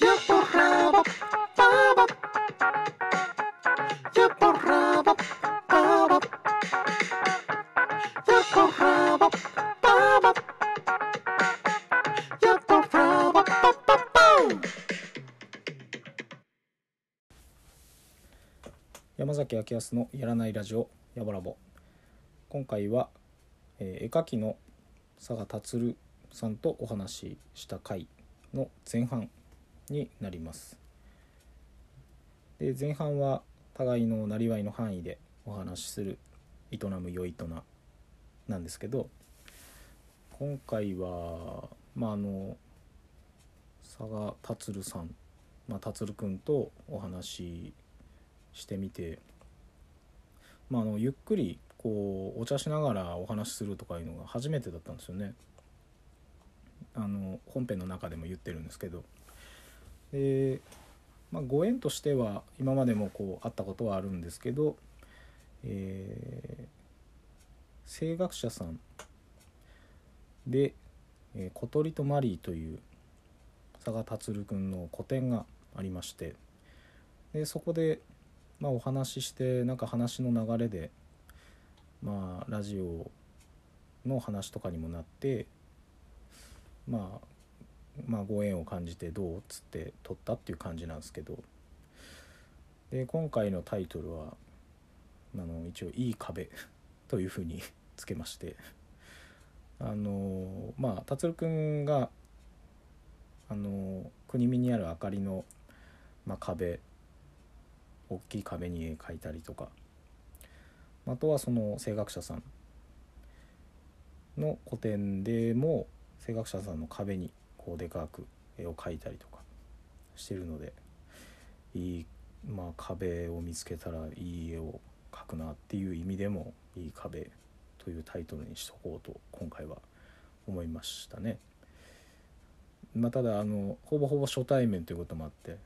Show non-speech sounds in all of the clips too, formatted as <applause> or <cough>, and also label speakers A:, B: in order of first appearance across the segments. A: Я порабок, бабок. Я порабок, бабок. Я порабок, бабок. Я порабок, ба-ба-бау.
B: 山崎明康のやらないラジオやばラボ今回は、えー絵描きの佐賀達郎さんとお話しした回の前半になりますで前半は互いのなりわいの範囲でお話しする「営むよいとな」なんですけど今回はまああの佐賀達郎さん、まあ、達郎くんとお話ししてみて、まあ、あのゆっくりこうお茶しながらお話しするとかいうのが初めてだったんですよね。あの本編の中でも言ってるんですけどで、まあ、ご縁としては今までもこうあったことはあるんですけど、えー声楽者さんで、えー小鳥とマリー」という佐賀達郎君の個展がありましてでそこでまあ、お話ししてなんか話の流れで、まあ、ラジオの話とかにもなって、まあ、まあご縁を感じてどうっつって撮ったっていう感じなんですけどで今回のタイトルはあの一応「いい壁」 <laughs> というふうに <laughs> つけましてあのまあ達郎くんがあの国見にある明かりの、まあ、壁大きい壁に絵描いたりとかあとはその声楽者さんの個展でも声楽者さんの壁にこうでかく絵を描いたりとかしてるのでいい、まあ、壁を見つけたらいい絵を描くなっていう意味でも「いい壁」というタイトルにしとこうと今回は思いましたね。まあ、ただあのほぼほぼ初対面ということもあって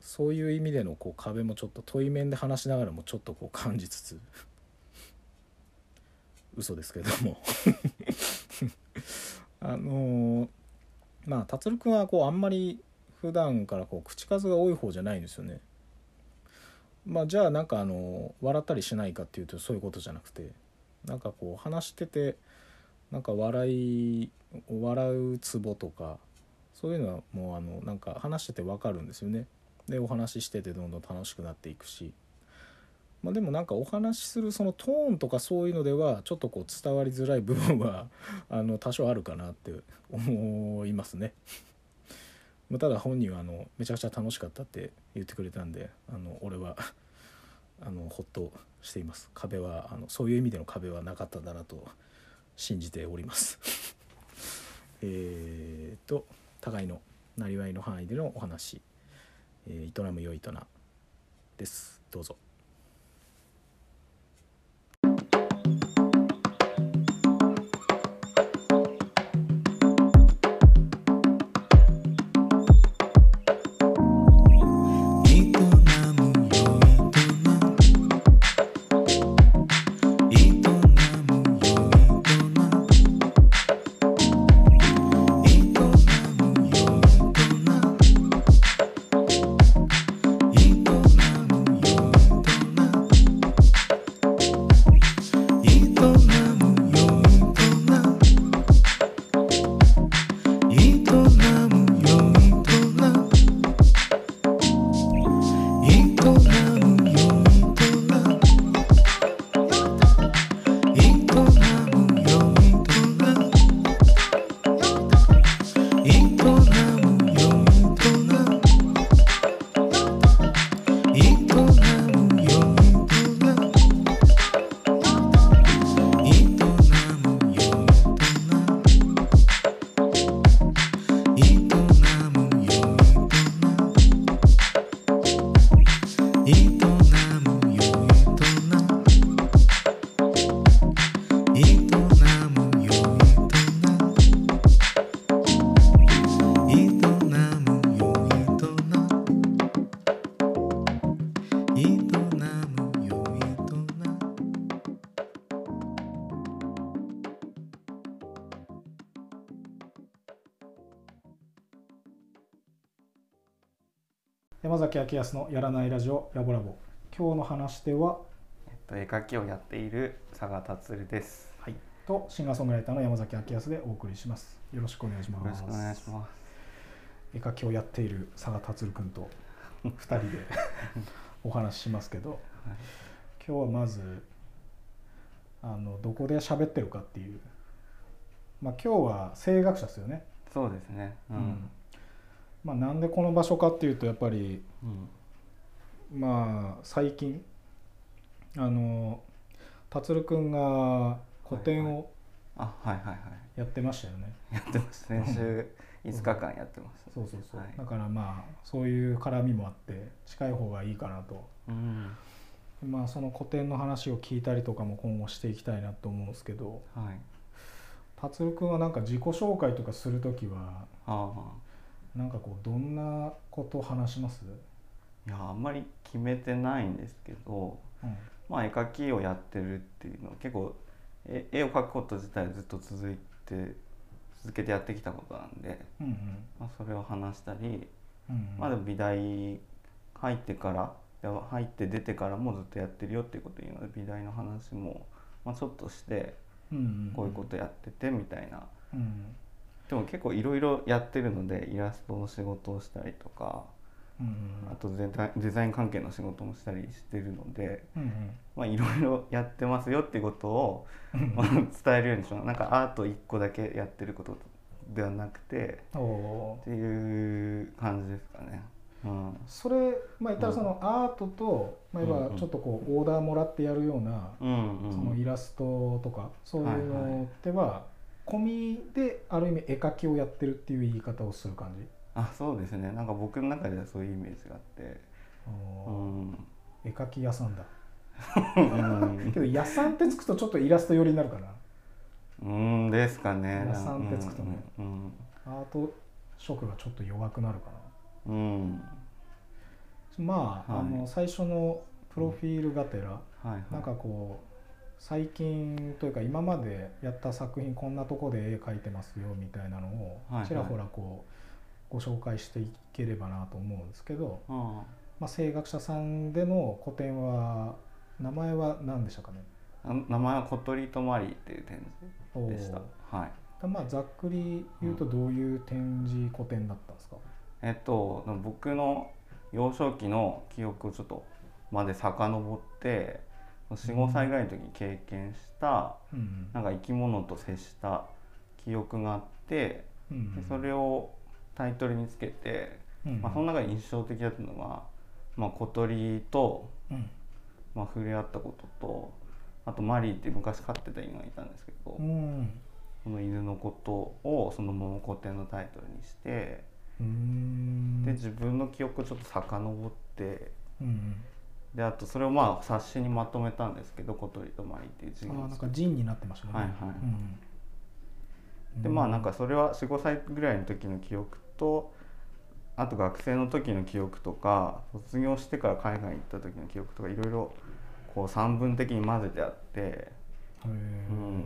B: そういう意味でのこう壁もちょっと対面で話しながらもちょっとこう感じつつ <laughs> 嘘ですけども <laughs> あのーまあ達郎君はこうあんまり普段からこう口数が多い方じゃないんですよね。まあじゃあなんかあの笑ったりしないかっていうとそういうことじゃなくてなんかこう話しててなんか笑い笑うツボとかそういうのはもうあのなんか話しててわかるんですよね。でお話ししててどんどん楽しくなっていくし、まあ、でもなんかお話しするそのトーンとかそういうのではちょっとこう伝わりづらい部分は <laughs> あの多少あるかなって思いますね。まあただ本人はあのめちゃくちゃ楽しかったって言ってくれたんであの俺はあのほっとしています壁はあのそういう意味での壁はなかったんだなと信じております <laughs> えーっと互いのなりわいの範囲でのお話えー、営む良いとなですどうぞ
A: 「営むよいとな」「営むよいとな」「営むよいとな」「営むよいと
C: 山崎明康のやらないラジオやぼラボ今日の話し手は
D: えっと、絵描きをやっている佐賀達です。はい、よ
C: とシンガーソングライターの山崎明康でお送りしますよろしくお願いします
D: ろしくお願いします。
C: 絵描きをやっている佐賀達君と二人で
D: <laughs>
C: お話ししますけど
D: はい
C: 今日はまずあのどこで喋ってるかっていうまあ今日は声楽者ですよね、
D: そうですね。う
C: うんん。まあ、なんでこの場所かっていうとやっぱり
D: うん。
C: まあ最近あの達郎君が個展を
D: あ、はいはいは
C: やってましたよね、
D: い。やってます。先週5日間やってます。
C: そうそうそう、
D: はい
C: だからまあそういう絡みもあって近い方がいいかなと
D: うん。
C: まあその古典の話を聞いたりとかも今後していきたいなと思うんですけど
D: はい。
C: 達郎君はなんか自己紹介とかする時は
D: あ
C: なんかこうどんなこと話します、
D: あ。いや、あんまり決めてないんですけど。
C: うん
D: まあ、絵描きをやってるっていうのは結構え絵を描くこと自体ずっと続いて続けてやってきたことなんで、
C: うん
D: まあ、それを話したり、
C: うんうん
D: まあ、でも美大入ってからで入って出てからもずっとやってるよっていうことを言うので美大の話も、まあ、ちょっとして
C: うんうん
D: こういうことやっててみたいな、
C: うん
D: でも結構いろいろやってるのでイラストの仕事をしたりとか
C: うん
D: あとデザインデザイン関係の仕事もしたりしてるので。
C: うんうん
D: まあ、いろいろやってますよってこ
C: <laughs>
D: とを、まあ、伝えるようにしますなんかアート1個だけやってることではなくて
C: うんおー
D: っていう感じですかね。うん
C: それまあ言ったらそのアートと、まあ、いわばちょっとこうオーダーもらってやるような
D: うんうん、
C: そのイラストとかそういうのっては込みである意味絵描きをやってるっていう言い方をする感じ、
D: あそうですねなんか僕の中ではそういうイメージがあって、う
C: おー
D: ん
C: 絵描き屋さんだ
D: うん
C: けど屋さんってつくとちょっとイラスト寄りになるかな
D: うん、ですかね。
C: イラストってつくとね
D: うん
C: アート色がちょっと弱くなるか
D: うんうん
C: なまあ,、
D: はい
C: あの最初のプロフィールがてら、
D: はいはい、
C: なんかこう最近というか今までやった作品こんなとこで絵描いてますよみたいなのを
D: はいはい
C: ちらほらこうご紹介していければなと思うんですけど、
D: あ
C: まあ、声楽者さんでの個展は名前は何でしたかね
D: あ名前は小鳥とマリーっていう展示でした
C: おー。
D: はい
C: だまあざっくり言うとどういう展示個展だったんですか、
D: えっと、僕の幼少期の記憶をちょっとまで遡って45歳ぐらいの時に経験した
C: うん
D: なんか生き物と接した記憶があって
C: うん
D: でそれをタイトルにつけて、
C: うん
D: まあ、その中で印象的だったのが、まあ、小鳥と、
C: うん
D: まあ、触れ合ったこととあとマリーって昔飼ってた犬がいたんですけど、
C: うん
D: その犬のことをそのまま古典のタイトルにして
C: うーん
D: で自分の記憶をちょっと遡って。
C: うん
D: であとそれをまあ冊子にまとめたんですけど「小鳥とマリ」っていう
C: う
D: 字
C: ん、あー
D: を
C: なん
D: 作
C: か
D: っ
C: ジンになってましたね
D: はいはい
C: うんうん、
D: てまあなんかそれは45歳ぐらいの時の記憶とあと学生の時の記憶とか卒業してから海外行った時の記憶とかいろいろこう三分的に混ぜてあって
C: へー
D: うん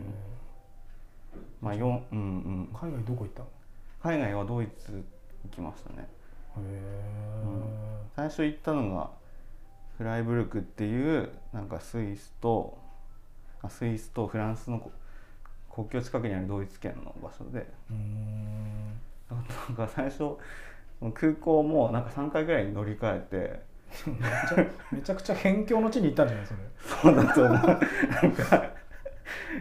D: まあ四うんうん
C: 海外どこ行ったの
D: 海外はドイツ行きましたね
C: へえ、
D: 最初行ったのがフライブルクっていうなんかスイスとあスイスとフランスのこ国境近くにあるドイツ圏の場所で
C: うーん
D: なんか最初空港もなんか3回ぐらいに乗り換え
C: めちゃめちゃくちゃ辺境の地に行ったんじゃないそれ
D: てそうだと思うなんか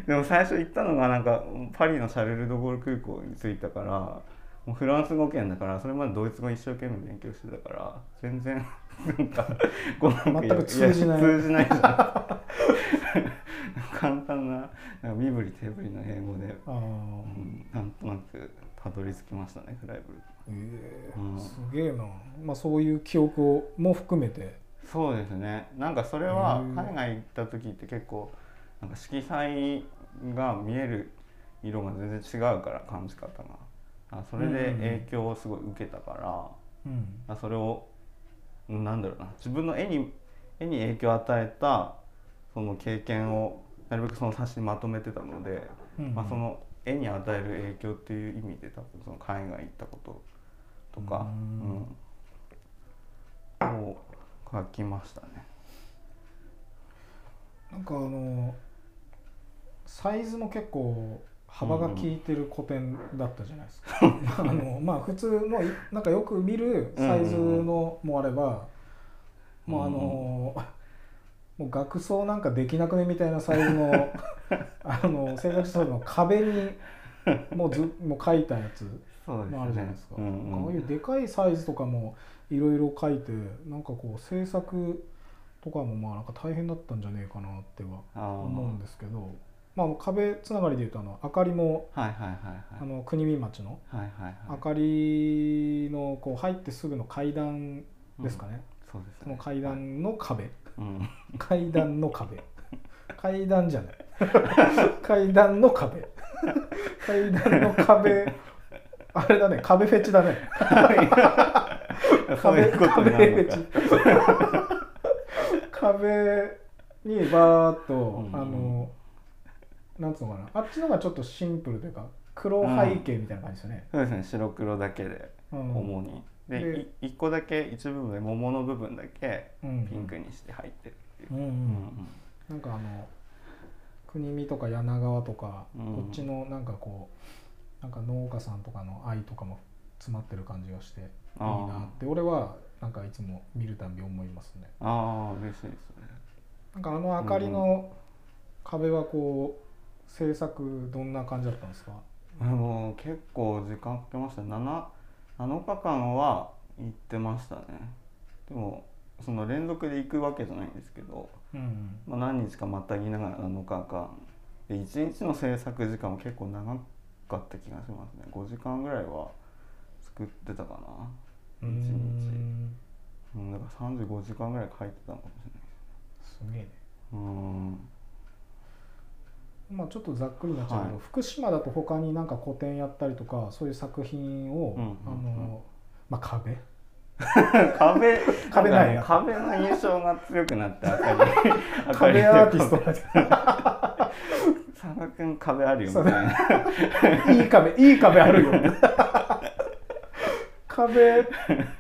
D: でも最初行ったのがなんかパリのシャルル・ド・ゴール空港に着いたからもうフランス語圏だからそれまでドイツ語一生懸命勉強してたから全然なんかこうなん
C: 全
D: か
C: く通じない
D: や通じないじゃん <laughs> 簡単ななんか身振り手振りの英語で、
C: ああ、
D: うん、なんとなくたどり着きましたねフライブル
C: ええ
D: うん
C: すげえな、まあ、そういう記憶をも含めて
D: そうですねなんかそれは
C: うん
D: 海外行った時って結構なんか色彩が見える色が全然違うから感じ方があそれで影響をすごい受けたから、
C: うん
D: あそれをなんだろうな自分の絵に絵に影響を与えたその経験をなるべくその冊子にまとめてたので、
C: うん
D: まあ、その絵に与える影響っていう意味で多分その海外行ったこととか、
C: うん
D: うん書きましたね
C: なんかあのサイズも結構幅が効いてる古典だったじゃないです
D: <laughs>
C: か、あのまあ普通のいなんかよく見るサイズのもあれば、
D: うんうん
C: もうあの、もう学装なんかできなくねみたいなサイズ
D: <laughs>
C: のあの生活者の壁にもうずもう書いたやつ
D: そうですね
C: もあるじゃないですか、
D: うんうん
C: なんかああいうでかいサイズとかもいろいろ書いてなんかこう制作とかもまあなんか大変だったんじゃねえかなっては
D: あー
C: 思うんですけど、まあ、壁つながりでいうとあの明かりも
D: はいはいはい
C: あ
D: はい
C: の国見町の
D: はいはい
C: 明
D: はい
C: かりのこう入ってすぐの階段ですかね、
D: そうですね
C: その階段の壁、
D: うん <laughs>
C: 階段の壁階段じゃない <laughs> 階段の
D: <laughs>
C: 壁階段の壁あれだね壁フェチだね
D: そう
C: 壁
D: いうことにな
C: 壁
D: る
C: フ
D: のか
C: ェチ壁にバーっと、
D: ん
C: あのなんつうのかなあっちのがちょっとシンプルというか黒背景みたいな感じですよね、
D: そうですね白黒だけで
C: うん
D: 主に、
C: で
D: でい一個だけ一部分で桃の部分だけ
C: うん
D: ピンクにして入ってるってい
C: うん
D: う
C: う
D: うん
C: んなんかあの国見とか柳川とか、
D: うん
C: こっちのなんかこうなんか農家さんとかの愛とかも詰まってる感じがしていい
D: あー
C: なって俺はなんかいつも見るたんび思いますね
D: ああ嬉しいですね
C: なんかあの明かりの壁はこう制作どんな感じだったんですか、
D: あの結構時間かけました 7, 7日間は行ってましたねでもその連続で行くわけじゃないんですけど、
C: うん
D: まあ、何日かまたぎながら7日間で1日の制作時間は結構長かった気がしますね5時間ぐらいは作ってたか
C: う
D: な1日
C: ん
D: うんだから35時間ぐらい書いてたのかもしれないです
C: すげえね
D: うん
C: まあちょっとざっくりになっちゃうけど、
D: はい
C: 福島だと他になんか個展やったりとかそういう作品を、
D: うんうんうん
C: あのまあ壁
D: 壁
C: 壁ない
D: んかね壁の印象が強くなって明かり明かり
C: <laughs> 壁アーティストなんで
D: 佐賀君壁あるよみたいない
C: い壁いい壁あるよ壁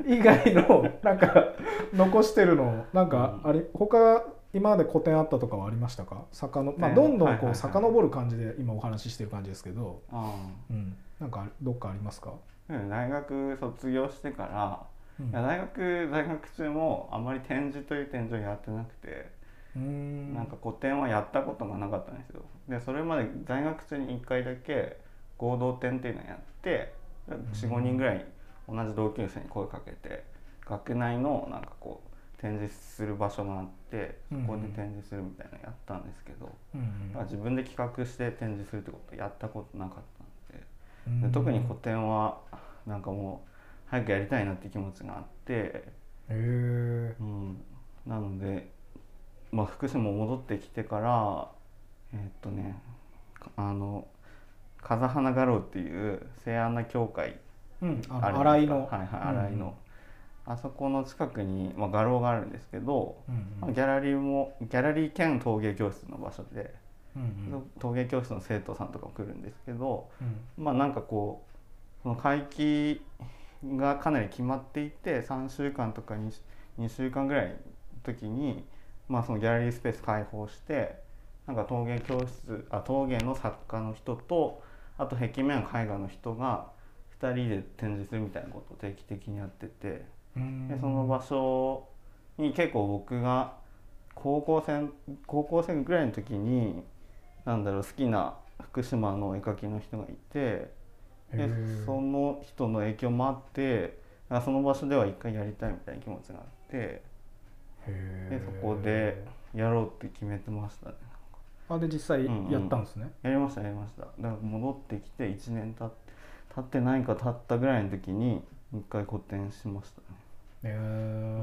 C: 以外のなんか残してるのなんかあれ他今まで古典あったとかはありましたか坂の、まあ、
D: ね
C: どんどん
D: はいはい
C: こ
D: は
C: う
D: い
C: 遡る感じで今お話ししてる感じですけど、
D: あ
C: うん、なんかどっかありますか、
D: あでも大学卒業してから、
C: う
D: いや大学在学中もあまり展示という展示をやってなくて、
C: ん
D: なんか個展はやったことがなかったんですよでそれまで在学中に1回だけ合同展っていうのをやって45人ぐらい同じ同級生に声かけて学内のなんかこう展示する場所があってそこで展示するみたいなのやったんですけど、
C: うん
D: まあ自分で企画して展示するってことやったことなかったんで。
C: うん
D: で特に古典はなんかもう早くやりたいなって気持ちがあって、
C: へえ
D: うん、なので、まあ、福島戻ってきてからえーっとねかあの風花画廊っていう聖安奈教会
C: うん、あ
D: ある
C: の
D: ん
C: 荒井
D: ですか
C: の、
D: はいはい
C: うん
D: 荒井の、あそこの近くに、まあ、画廊があるんですけど、
C: うんう
D: まあ
C: ん
D: ギャラリーもギャラリー兼陶芸教室の場所で、
C: うんうん
D: 陶芸教室の生徒さんとかも来るんですけど、
C: うん
D: まあなんかこうその会期がかなり決まっていて3週間とか 2, 2週間ぐらいの時に、まあ、そのギャラリースペース開放してなんか陶芸教室あ陶芸の作家の人とあと壁面絵画の人が2人で展示するみたいなことを定期的にやってて
C: うん
D: でその場所に結構僕が高校生高校生ぐらいの時になんだろう好きな福島の絵描きの人がいて
C: へ
D: で
C: ー
D: その人の影響もあってあその場所では一回やりたいみたいな気持ちがあって
C: へー
D: でそこでやろうって決めてましたね
C: あで実際
D: うんうん
C: やったんですね、
D: やりましたやりましただから戻ってきて1年たっ経ってないか経ったぐらいの時に一回個展しましたね
C: へ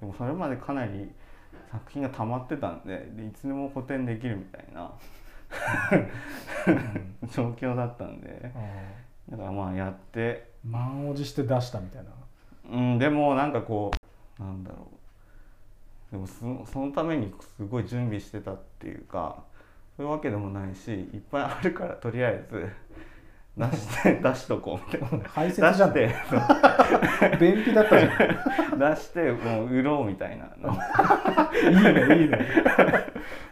C: ー
D: でもそれまでかなり作品が溜まってたんででいつでも個展できるみたいな <laughs> 状況だったんで
C: あー
D: だからまあやって
C: 満を持して出したみたいな
D: うん、でもなんかこうなんだろうでもそのそのためにすごい準備してたっていうかそういうわけでもないしいっぱいあるからとりあえず出して出しとこうみたいな。
C: 排泄
D: 出
C: じゃん
D: して
C: 便秘だったじゃ
D: <laughs>
C: ん
D: 出してもう売ろうみたいな。
C: いいねいいね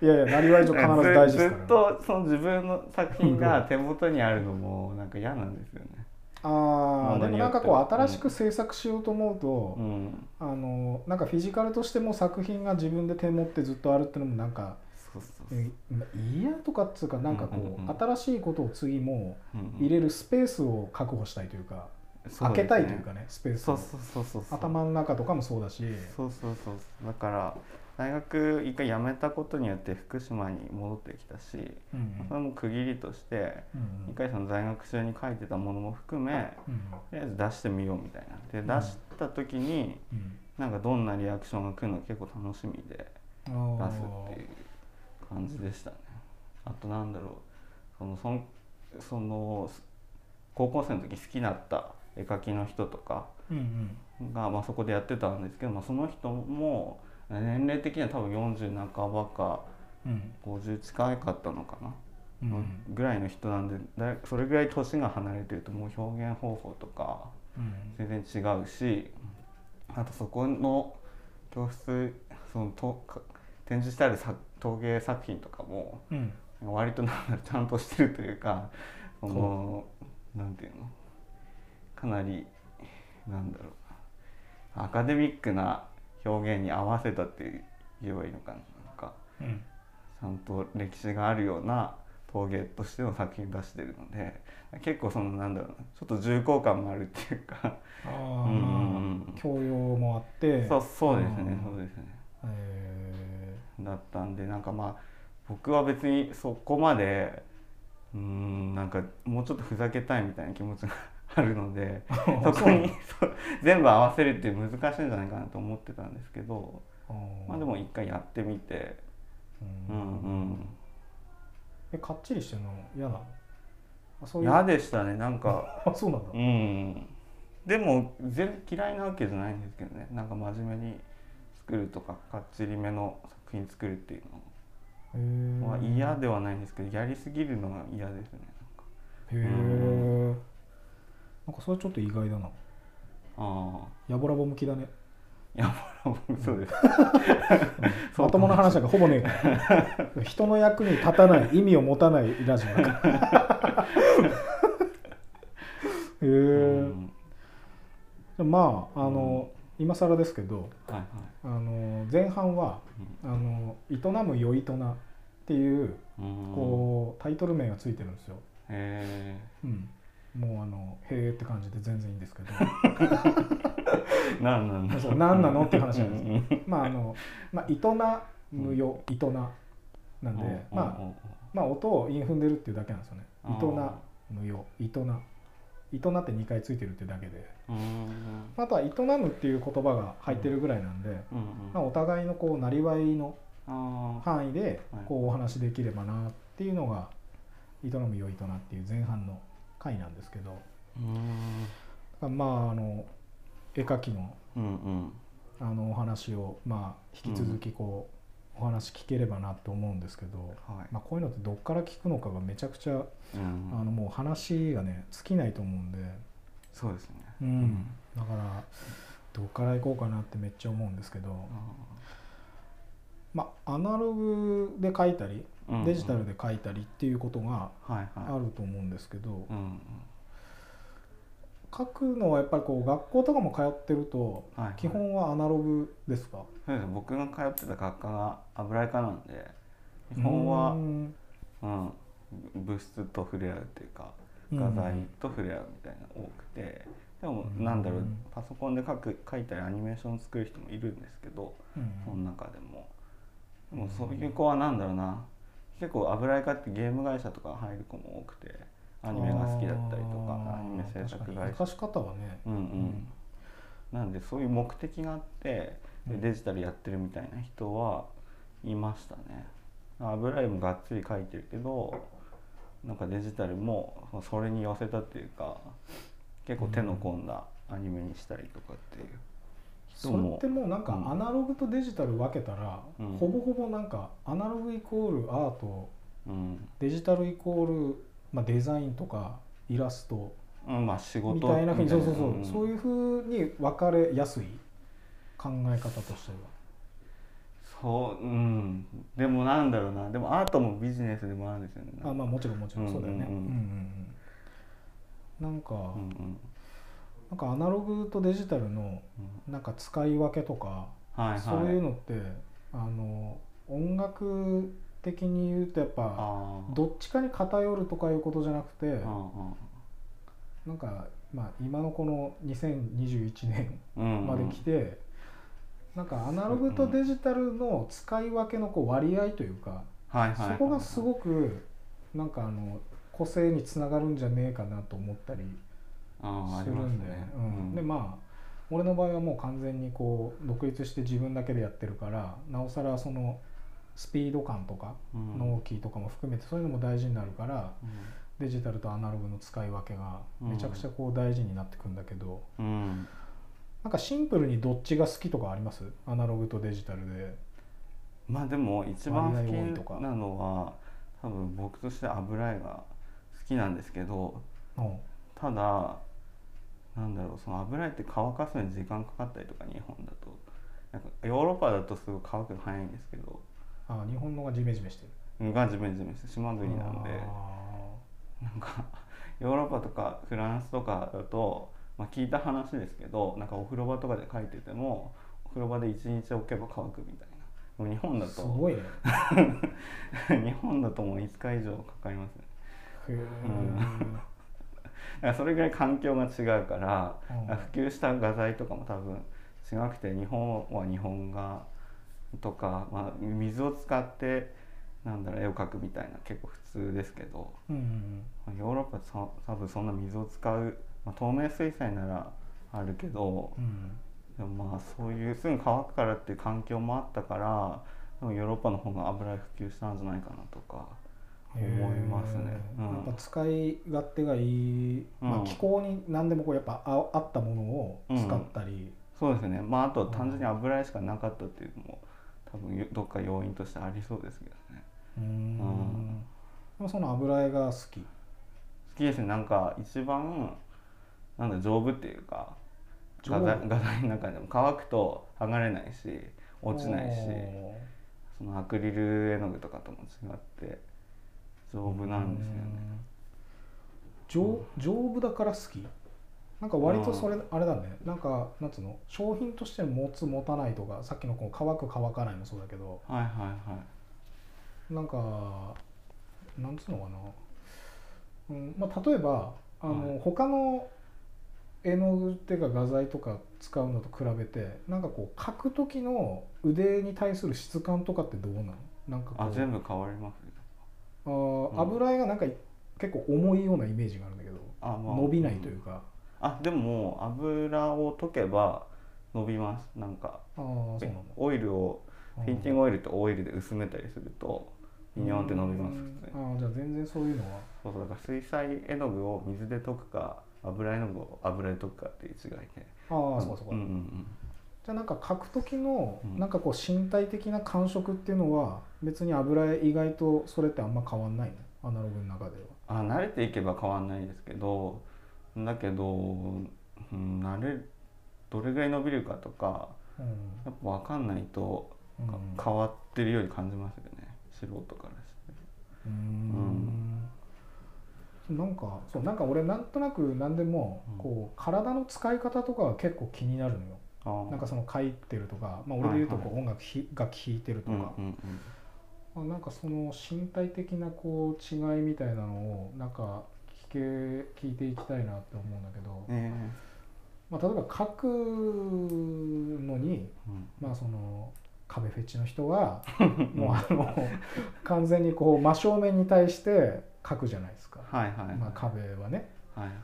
C: いやいやなりわい上必ず大事ですか
D: ずっ
C: ら、ね、
D: とその自分の作品が手元にあるのもなんか嫌なんですよね。
C: ああでもなんか
D: 物によ
C: こ
D: っ
C: う
D: ては
C: 新しく制作しようと思うと、
D: うん、
C: あのなんかフィジカルとしても作品が自分で手持ってずっとあるってのもなんか
D: そうそうそう。
C: えまいいやとかっつうかなんかこう,、
D: うんうんうん
C: 新しいことを次も
D: うん
C: 入れるスペースを確保したいというか、
D: そうです
C: 開
D: ね
C: けたいというかねスペース
D: そ
C: を
D: うそうそうそうそう。
C: 頭の中とかもそうだし
D: そうそうそうそうだから大学一回辞めたことによって福島に戻ってきたし
C: うん
D: それも区切りとして
C: うんうん
D: 一回その在学中に書いてたものも含め
C: うん
D: とりあえず出してみようみたいなで出した時に
C: うん
D: なんかどんなリアクションが来るの結構楽しみで
C: うん
D: 出
C: あ
D: す
C: ー
D: っていう感じでしたねあとなんだろうそのそんその高校生の時好きだった絵描きの人とか
C: うんうん
D: が、まあ、そこでやってたんですけど、まあ、その人も年齢的には多分40半ばか
C: うん
D: 50近かったのかな、
C: うん
D: ぐらいの人なんでだいそれぐらい年が離れてるともう表現方法とか
C: うん
D: 全然違うしあとそこの教室そのとか展示してある作陶芸作品とかも
C: うん
D: 割となんだろうちゃんとしてるというかそのなんていうのかなりなんだろうアカデミックな表現に合わせたって言えばいいのかななんか
C: うん
D: ちゃんと歴史があるような陶芸としての作品出してるので結構そのなんだろうなちょっと重厚感もあるっていうか
C: あ
D: うんうんうん
C: あ教養もあって
D: そうそうです
C: う
D: ね
C: ん
D: そうですね
C: え
D: だったんでなんかまあ僕は別にそこまでうーんなんかもうちょっとふざけたいみたいな気持ちがある
C: <laughs>
D: のでそこにそう全部合わせるって難しいんじゃないかなと思ってたんですけど、
C: ー
D: まあ、でも一回やってみて
C: うん
D: うんうん
C: えかっちりしてるの嫌なのあそういう
D: 嫌でしたねなんか
C: あそうなんだ
D: うんでも全嫌いなわけじゃないんですけどねなんか真面目に作るとかかっちりめの作品作るっていうの
C: へー
D: まあ、嫌ではないんですけどやりすぎるのが嫌ですね
C: へえんかそれちょっと意外だな
D: あ
C: やぼらぼ向きだね
D: あやばいそうですそう
C: まともな話なんかほぼねえ人の役に立たない意味を持たないラジオだからへ
D: う
C: え
D: ん
C: まああの、今更ですけど
D: はいはい
C: あの前半は「あの営むよいとな」っていう
D: うん
C: こうタイトル名がついてるんですよ、
D: うんへ
C: うん、もうあの「へえ」って感じで全然いいんですけど
D: えなんなんだ
C: そう何なのって話なんです
D: うんうん
C: まああの、まあ、営むよ、営ななんで、まあ、まあ音を韻踏んでるっていうだけなんですよね。
D: あ
C: 営
D: ー
C: むよ、営な。営なって2回ついてるっていうだけで、
D: うんうん
C: あとは営むっていう言葉が入ってるぐらいなんで、
D: うんうん
C: まあお互いのこうなりわいの
D: ああ
C: 範囲で
D: はい
C: こうお話できればなっていうのが営むよ営なっていう前半の回なんですけど、
D: うん
C: まああの絵描きの
D: うんうん
C: あのお話を、まあ、引き続きこう、お話聞ければなと思うんですけど、
D: はい
C: まあ、こういうのってどっから聞くのかがめちゃくちゃ、
D: うん
C: あのもう話がね尽きないと思うんで、
D: そうですね
C: うんだからどっから行こうかなってめっちゃ思うんですけど、まあ、アナログで書いたり
D: うん
C: デジタルで書いたりっていうことが
D: はいはい
C: あると思うんですけど、
D: うんうん
C: 書くのはやっぱりこう学校とかも通ってると
D: はいはい
C: 基本はアナログですか
D: そうですね僕が通ってた学科が油絵科なんで基本は
C: うん
D: うん、物質と触れ合うっていうか画材と触れ合うみたいなのが多くて、で
C: うん
D: もなんだろう、
C: うん
D: パソコンで描く描いたりアニメーション作る人もいるんですけど、
C: うん
D: その中でもでもそういう子はなんだろうな結構油絵科ってゲーム会社とか入る子も多くてアニメが好きだったりと
C: あ
D: か
C: ー
D: アニメ制作
C: 確かに
D: 会
C: 生
D: 社
C: かし方はね
D: うんうん、なんでそういう目的があってでデジタルやってるみたいな人はいましたね油絵もがっつり描いてるけどなんかデジタルもそれに寄せたっていうか結構手の込んだアニメにしたりとかっていう人
C: それ
D: も
C: ってもうなんか
D: うん
C: アナログとデジタル分けたら、
D: うん
C: ほぼほぼなんかアナログイコールアート
D: うん
C: デジタルイコール、まあ、デザインとかイラスト
D: うん、まあ仕事
C: みたいなふうにそうそうそう、
D: ん
C: そういうふうに分かれやすい考え方として
D: そううんでもなんだろうなでもアートもビジネスでもあるんですよね
C: はあまあもちろんもちろん
D: うん
C: そうだよね、
D: うんうん
C: うんうんうんなんか、
D: うんうん
C: なんかアナログとデジタルの
D: うん
C: なんか使い分けとか、
D: はいはい
C: そういうのってあの音楽的に言うとやっぱ
D: あー
C: どっちかに偏るとかいうことじゃなくて、
D: うん
C: なんか、まあ、今のこの2021年
D: うんうん
C: まで来て、なんかアナログとデジタルの使い分けのこう割合というか、
D: はいはい
C: そこがすごくなんかあの個性につながるんじゃねえかなと思ったり
D: あーあ
C: す
D: り
C: る
D: ます
C: んで
D: ね
C: うんでまあ俺の場合はもう完全にこう独立して自分だけでやってるからなおさらそのスピード感とか
D: うん
C: 納期とかも含めてそういうのも大事になるからデジタルとアナログの使い分けがめちゃくちゃこう大事になってくんだけど
D: うんうん
C: なんかシンプルにどっちが好きとかありますアナログとデジタルで。
D: まあでも一番
C: 割合多いと
D: 好
C: か
D: きなのは多分僕として油絵が好きなんですけど
C: うん
D: ただなんだろうその油絵って乾かすのに時間かかったりとか日本だとなんかヨーロッパだとすごい乾くの早いんですけど
C: あ日本のがジメジメしてる。
D: がジメジメして島国なんで
C: あ
D: なんか <laughs> ヨーロッパとかフランスとかだと、まあ、聞いた話ですけどなんかお風呂場とかで書いててもお風呂場で1日置けば乾くみたいなでも日本
C: ー
D: だ
C: す
D: と
C: ごいね。
D: <laughs> 日本だともう5日以上かかりますね
C: へー
D: だからそれぐらい環境が違うから
C: うん
D: 普及した画材とかも多分違くて日本は日本画とか、まあ、水を使ってなんだろう絵を描くみたいな結構普通ですけど
C: うんうん
D: ヨーロッパそ多分そんな水を使う、まあ、透明水彩ならあるけど
C: うんうん
D: でもまあそういうすぐ乾くからっていう環境もあったからでもヨーロッパの方が油絵普及したんじゃないかなとか思いますね。
C: へ
D: う
C: ーやっぱ
D: ん
C: 使い勝手がいい、ま
D: う
C: あ、
D: ん
C: 気候に何でもこうやっぱああったものを使ったり、
D: そうですねまああと単純に油絵しかなかったっていうのも多分よどっか要因としてありそうですけどね。
C: うーん
D: うん
C: でもその油絵が好き、
D: 好きですねなんか一番なんだ丈夫っていうか
C: 丈
D: 画
C: 夫
D: 材画材の中でも乾くと剥がれないし落ちないし
C: おー
D: そのアクリル絵の具とかとも違って丈夫なんですよね。
C: 丈丈夫だから好きなんか割とそれあれだねなんかなんつうの商品として持つ持たないとかさっきのこう乾く乾かないもそうだけど
D: はいはいはい。
C: なんかなんつうのかな、うんまあ、例えばあの、
D: はい
C: 他の絵の具っていうか画材とか使うのと比べてなんかこう描く時の腕に対する質感とかってどうなのなんかこう
D: あ全部変わりますね。
C: あー
D: うん
C: 油絵がなんか結構重いようなイメージがあるんだけど
D: あまあ
C: 伸びないという。か、
D: あでも油を溶けば伸びますなんか
C: ああそうなんだ
D: オイルを
C: あー
D: ペインティングオイルとオイルで薄めたりするとビニョンって伸びま
C: う
D: す普
C: ん
D: 通に。
C: ああじゃあ全然そういうのは
D: そうそうだから水彩絵の具を水で溶くか油絵の具を油で溶くかっていう違いで
C: ああそうかそうか、
D: んうんうん、
C: じゃあなんか描く時の
D: うん
C: なんかこう身体的な感触っていうのは別に油絵意外とそれってあんま変わんないのアナログの中では
D: あ慣れていけば変わんないですけどだけど、うん、慣れどれぐらい伸びるかとか
C: うん
D: やっぱ分かんないと、か
C: うん
D: 変わってるように感じますよね素人からして。
C: うーんなんかそうなんか俺なんとなく何でも
D: うん
C: こう体の使い方とかは結構気になるのよ
D: あー
C: なんかその書いてるとか、まあ、俺で言うとこう音楽ひ楽器弾いてると
D: うんうん
C: か、
D: うん
C: あなんかその身体的なこう違いみたいなのをなんか聞け聞いていきたいなって思うんだけど、
D: え
C: まあ、例えば書くのに、
D: えうん
C: まあ、その壁フェチの人
D: <laughs>
C: はもうあの完全にこう真正面に対して書くじゃないですか、
D: はいはいはい、
C: まあ、壁はね
D: はいはい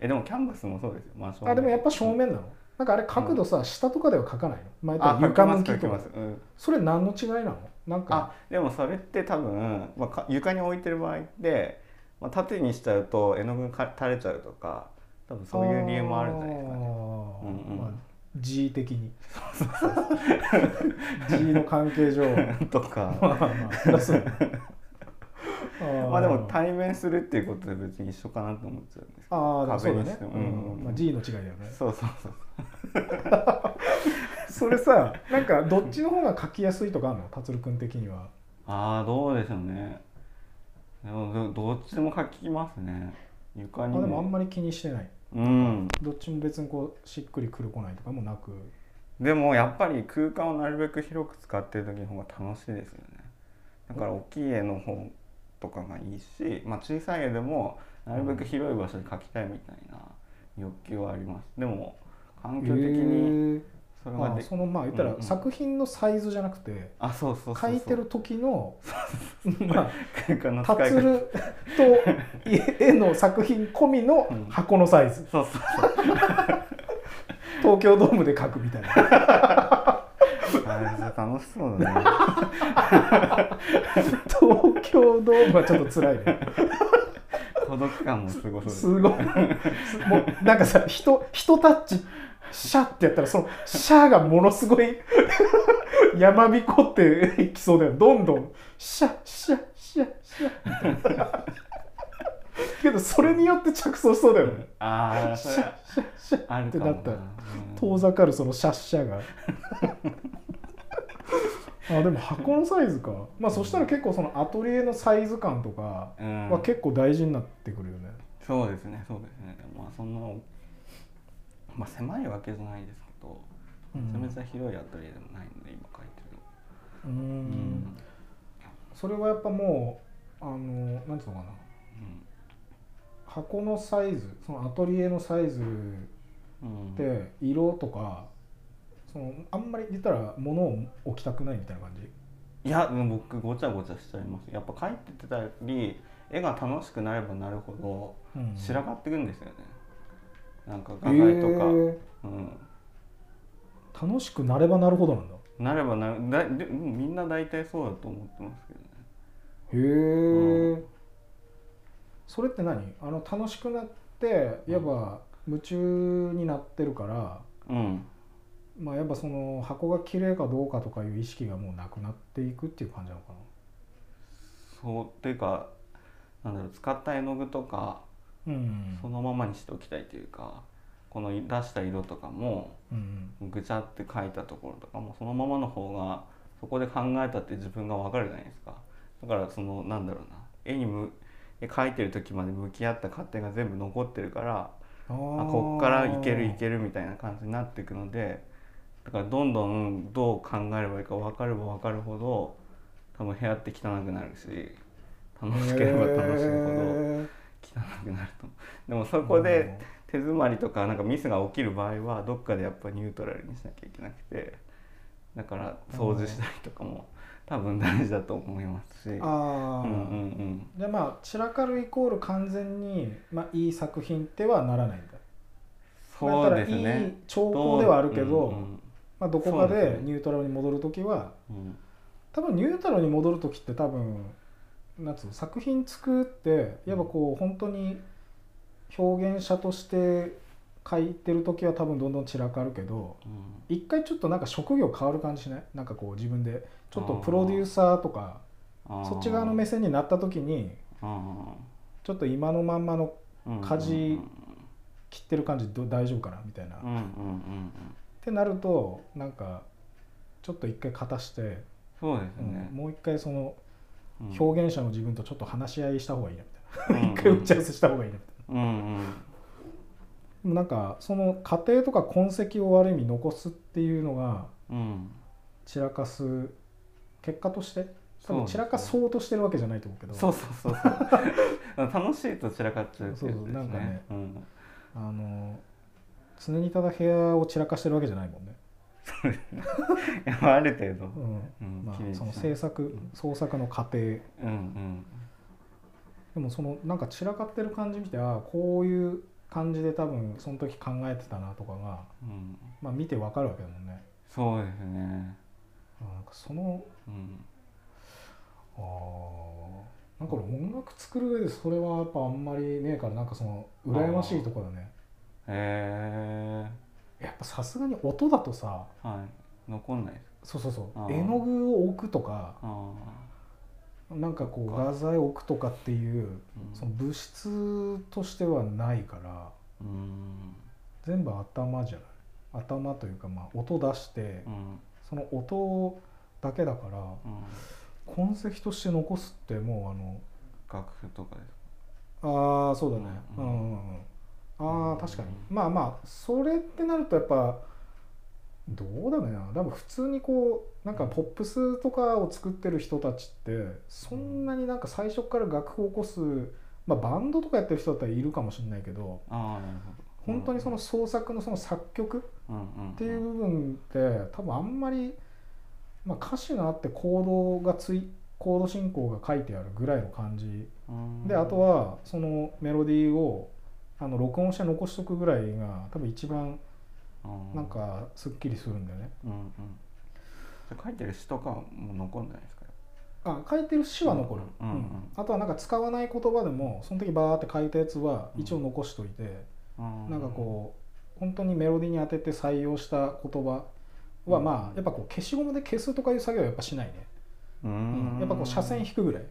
D: えでもキャンバスもそうですよ、まあ正面、
C: あでもやっぱ正面なのなんかあれ角度さ、下とかでは書かないの前から
D: あ
C: 床
D: 書
C: 向
D: きま
C: きと
D: す書きま
C: か
D: す、うん
C: それ何の違いなのなんか
D: あでもそれって多分、まあか、床に置いてる場合って、まあ、縦にしちゃうと絵の具が垂れちゃうとか多分そういう理由もあるんじゃないですかね。
C: あー
D: うんうん
C: まあ、G 的に G の関係上
D: とか
C: まあまあそりゃそうー
D: <laughs> まあでも対面するっていうことで別に一緒かなと思っちゃうんですけど
C: ああそうだ
D: にし
C: ね
D: て、も
C: う
D: うん
C: んまあ、G の違いだよね
D: そうそうそう
C: それさなんかどっちの方が書きやすいとかあるの達郎君的には
D: ああどうでしょうねでもどどっちでも書きますね床
C: あ
D: に
C: で
D: も
C: もあんまり気にしてない
D: うん
C: どっちも別にこうしっくりくるこないとかもなく
D: でもやっぱり空間をなるべく広く使ってる時の方が楽しいですよねだから大きい絵の方とかがいいし、まあ、小さい絵でもなるべく広い場所で描きたいみたいな欲求はありますでも環境的に
C: へー
D: それが
C: あ
D: で
C: そのまあ言った
D: うんう
C: ら
D: ん
C: 作品のサイズじゃなくて
D: あそうそうそうそう
C: 書いてる時の <laughs> ま
D: 空間の
C: あ
D: 使
C: 達
D: い方
C: 郎と絵の作品込みの箱のサイズ
D: そうそう
C: 東京ドームで書くみたいな
D: あー楽しそうだね
C: <laughs> 東京ドームはちょっと辛いね
D: 孤独感もすごそうです
C: すごいもうなんかさ人人タッチシャってやったらそのシャがものすごい <laughs> 山びこっていきそうだよどんどんシャシャシャシャみたいなけどそれによって着想しそうだよね
D: ああ
C: シ
D: そ
C: ャ
D: れ
C: シャシャ
D: あるかも
C: ってな
D: な
C: った
D: うん
C: 遠ざかるそのシャッシャ <laughs> があでも箱のサイズかまあそしたら結構そのアトリエのサイズ感とか
D: うん
C: は結構大事になってくるよね、
D: そうですねそうですねまあそんなまあ狭いわけじゃないですけど
C: うん
D: めちゃめちゃ広いアトリエでもないので今書いてるの
C: う
D: うん
C: それはやっぱもうあのなんていうのかな箱のサイズそのアトリエのサイズ
D: うんうん
C: で色とかそのあんまり言ったら物を置きたくないみたいな感じ
D: いやでも僕ごちゃごちゃしちゃいますやっぱ書いてたり絵が楽しくなればなるほ
C: うん
D: ど散らばってくんですよね、なんか画材とか、
C: え
D: うん
C: ー楽しくなればなるほどなんだ
D: なればなるだでうんみんな大体そうだと思ってますけどね
C: へ
D: う
C: えそれって何あの楽しくなってやっぱ夢中になってるから、
D: うん
C: まあやっぱその箱が綺麗かどうかとかいう意識がもうなくなっていくっていう感じなのかな
D: そうっていうかなんだろう使った絵の具とか
C: うん
D: そのままにしておきたいというかこの出した色とかも
C: うん
D: ぐちゃって描いたところとかもそのままの方がそこで考えたって自分がわかるじゃないですかだからそのなんだろうな絵にむ絵描いてる時まで向き合った過程が全部残ってるから
C: あ
D: あ
C: ー
D: こっからいけるいけるみたいな感じになっていくのでだからどんどんどう考えればいいか分かれば分かるほど多分部屋って汚くなるし楽しければ楽しいほど。
C: へー
D: 汚くなると思うでもそこで手詰まりとかなんかミスが起きる場合はどっかでやっぱニュートラルにしなきゃいけなくてだから掃除したりとかも多分大事だと思いますし
C: うんあ
D: う
C: あ、
D: んうん
C: じゃあまあ散らかるイコール完全に、まあ、いい作品ってはならないんだ
D: うんそうです
C: だからいい
D: ね
C: 兆候ではあるけど
D: うんうん
C: まあ、どこか
D: そうです
C: で
D: ね
C: ニュートラルに戻る時は、
D: うん
C: 多分ニュートラルに戻る時って多分なんつうの作品作ってやっぱこう本当に表現者として書いてる時は多分どんどん散らかるけど
D: うん
C: 一回ちょっとなんか職業変わる感じしないなんかこう自分でちょっとプロデューサーとか
D: あー
C: そっち側の目線になった時に
D: うん
C: ちょっと今のまんまの
D: うん
C: 家事切ってる感じど大丈夫かなみたいな、っ
D: うんうんうんうん
C: てなるとなんかちょっと一回勝たして、
D: そうです
C: うん
D: ね
C: もう一回その
D: うん
C: 表現者の自分とちょっと話し合いした方がいいなみたいな、
D: うんうん
C: 一回打ち合わせした方がいいなみたいな
D: うんうん
C: でもなんかその過程とか痕跡をある意味残すっていうのが
D: うん
C: 散らかす結果として多分
D: そうですね
C: 散らかそうとしてるわけじゃないと思うけど
D: そうそうそうそう楽しいと散らかっちゃうってやつ
C: そうそう
D: です
C: なんかね
D: ねうん
C: あの常にただ部屋を散らかしてるわけじゃないもんね、
D: いやある程度
C: うん
D: うん
C: ま
D: 綺麗
C: あ、
D: にし
C: そ
D: た
C: の制作創作の過程
D: うんうん
C: でもそのなんか散らかってる感じ見てああこういう感じで多分その時考えてたなとかが、
D: うん
C: まあ、見てわかるわけだもんね
D: そうですね
C: ああなんかその
D: うん
C: ああなんか俺音楽作る上でそれはやっぱあんまりねえからなんかその羨ましいとこだね
D: へえ
C: やっぱさすがに音だとさ
D: はい残んないで
C: そ
D: す
C: うそうそ
D: あ
C: う
D: ー
C: 絵の具を置くとか
D: あ
C: なんかこう画材を置くとかっていうその物質としてはないから
D: うん
C: 全部頭じゃない頭というかまあ音出して
D: うん
C: その音だけだから
D: うん
C: 痕跡として残すってもうあの
D: 楽譜とかですか
C: ああそうだね
D: う
C: うんん
D: う
C: うんんうんああ確かにまあまあそれってなるとやっぱどうだろうな多分普通にこうなんかポップスとかを作ってる人たちってそんなになんか最初から楽譜を起こす、まあ、バンドとかやってる人だったらいるかもしれないけど
D: ああなるほど
C: 本当にその創作のその作曲
D: っ
C: っていう部分って多分あんまり、まあ、歌詞があってコードがついコード進行が書いてあるぐらいの感じであとはそのメロディーをあの録音して残しとくぐらいが多分一番なんかすっきりするんだよね。
D: うんうんじゃあ書いてる詩とかはもう残んないですか
C: あ書いてる詩は残る、
D: うんうんうん
C: あとはなんか使わない言葉でもその時バーって書いたやつは一応残しといて、なんかこう本当にメロディーに当てて採用した言葉はまあやっぱこう消しゴムで消すとかいう作業はやっぱしないね、
D: う
C: うんやっぱこう斜線引くぐらい、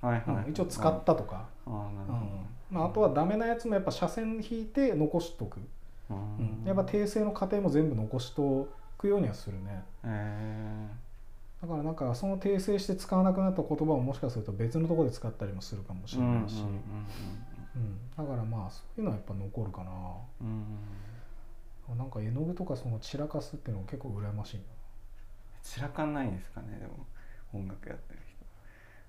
D: はいはい、
C: うん一応使ったとか、
D: ああな
C: う
D: る
C: ん
D: ほ
C: まあ、あとはダメなやつもやっぱ斜線引いて残しとく、
D: ど、う
C: うんやっぱ訂正の過程も全部残しとくようにはするね
D: え
C: だからなんかその訂正して使わなくなった言葉をもしかすると別のところで使ったりもするかもし
D: ー、
C: れないし、
D: うんうん
C: うんだからまあそういうのはやっぱ残るかな
D: うんうんうん
C: なんか絵の具とかその散らかすっていうのも結構羨ましいな
D: 散らかんないんですかねでも音楽やってる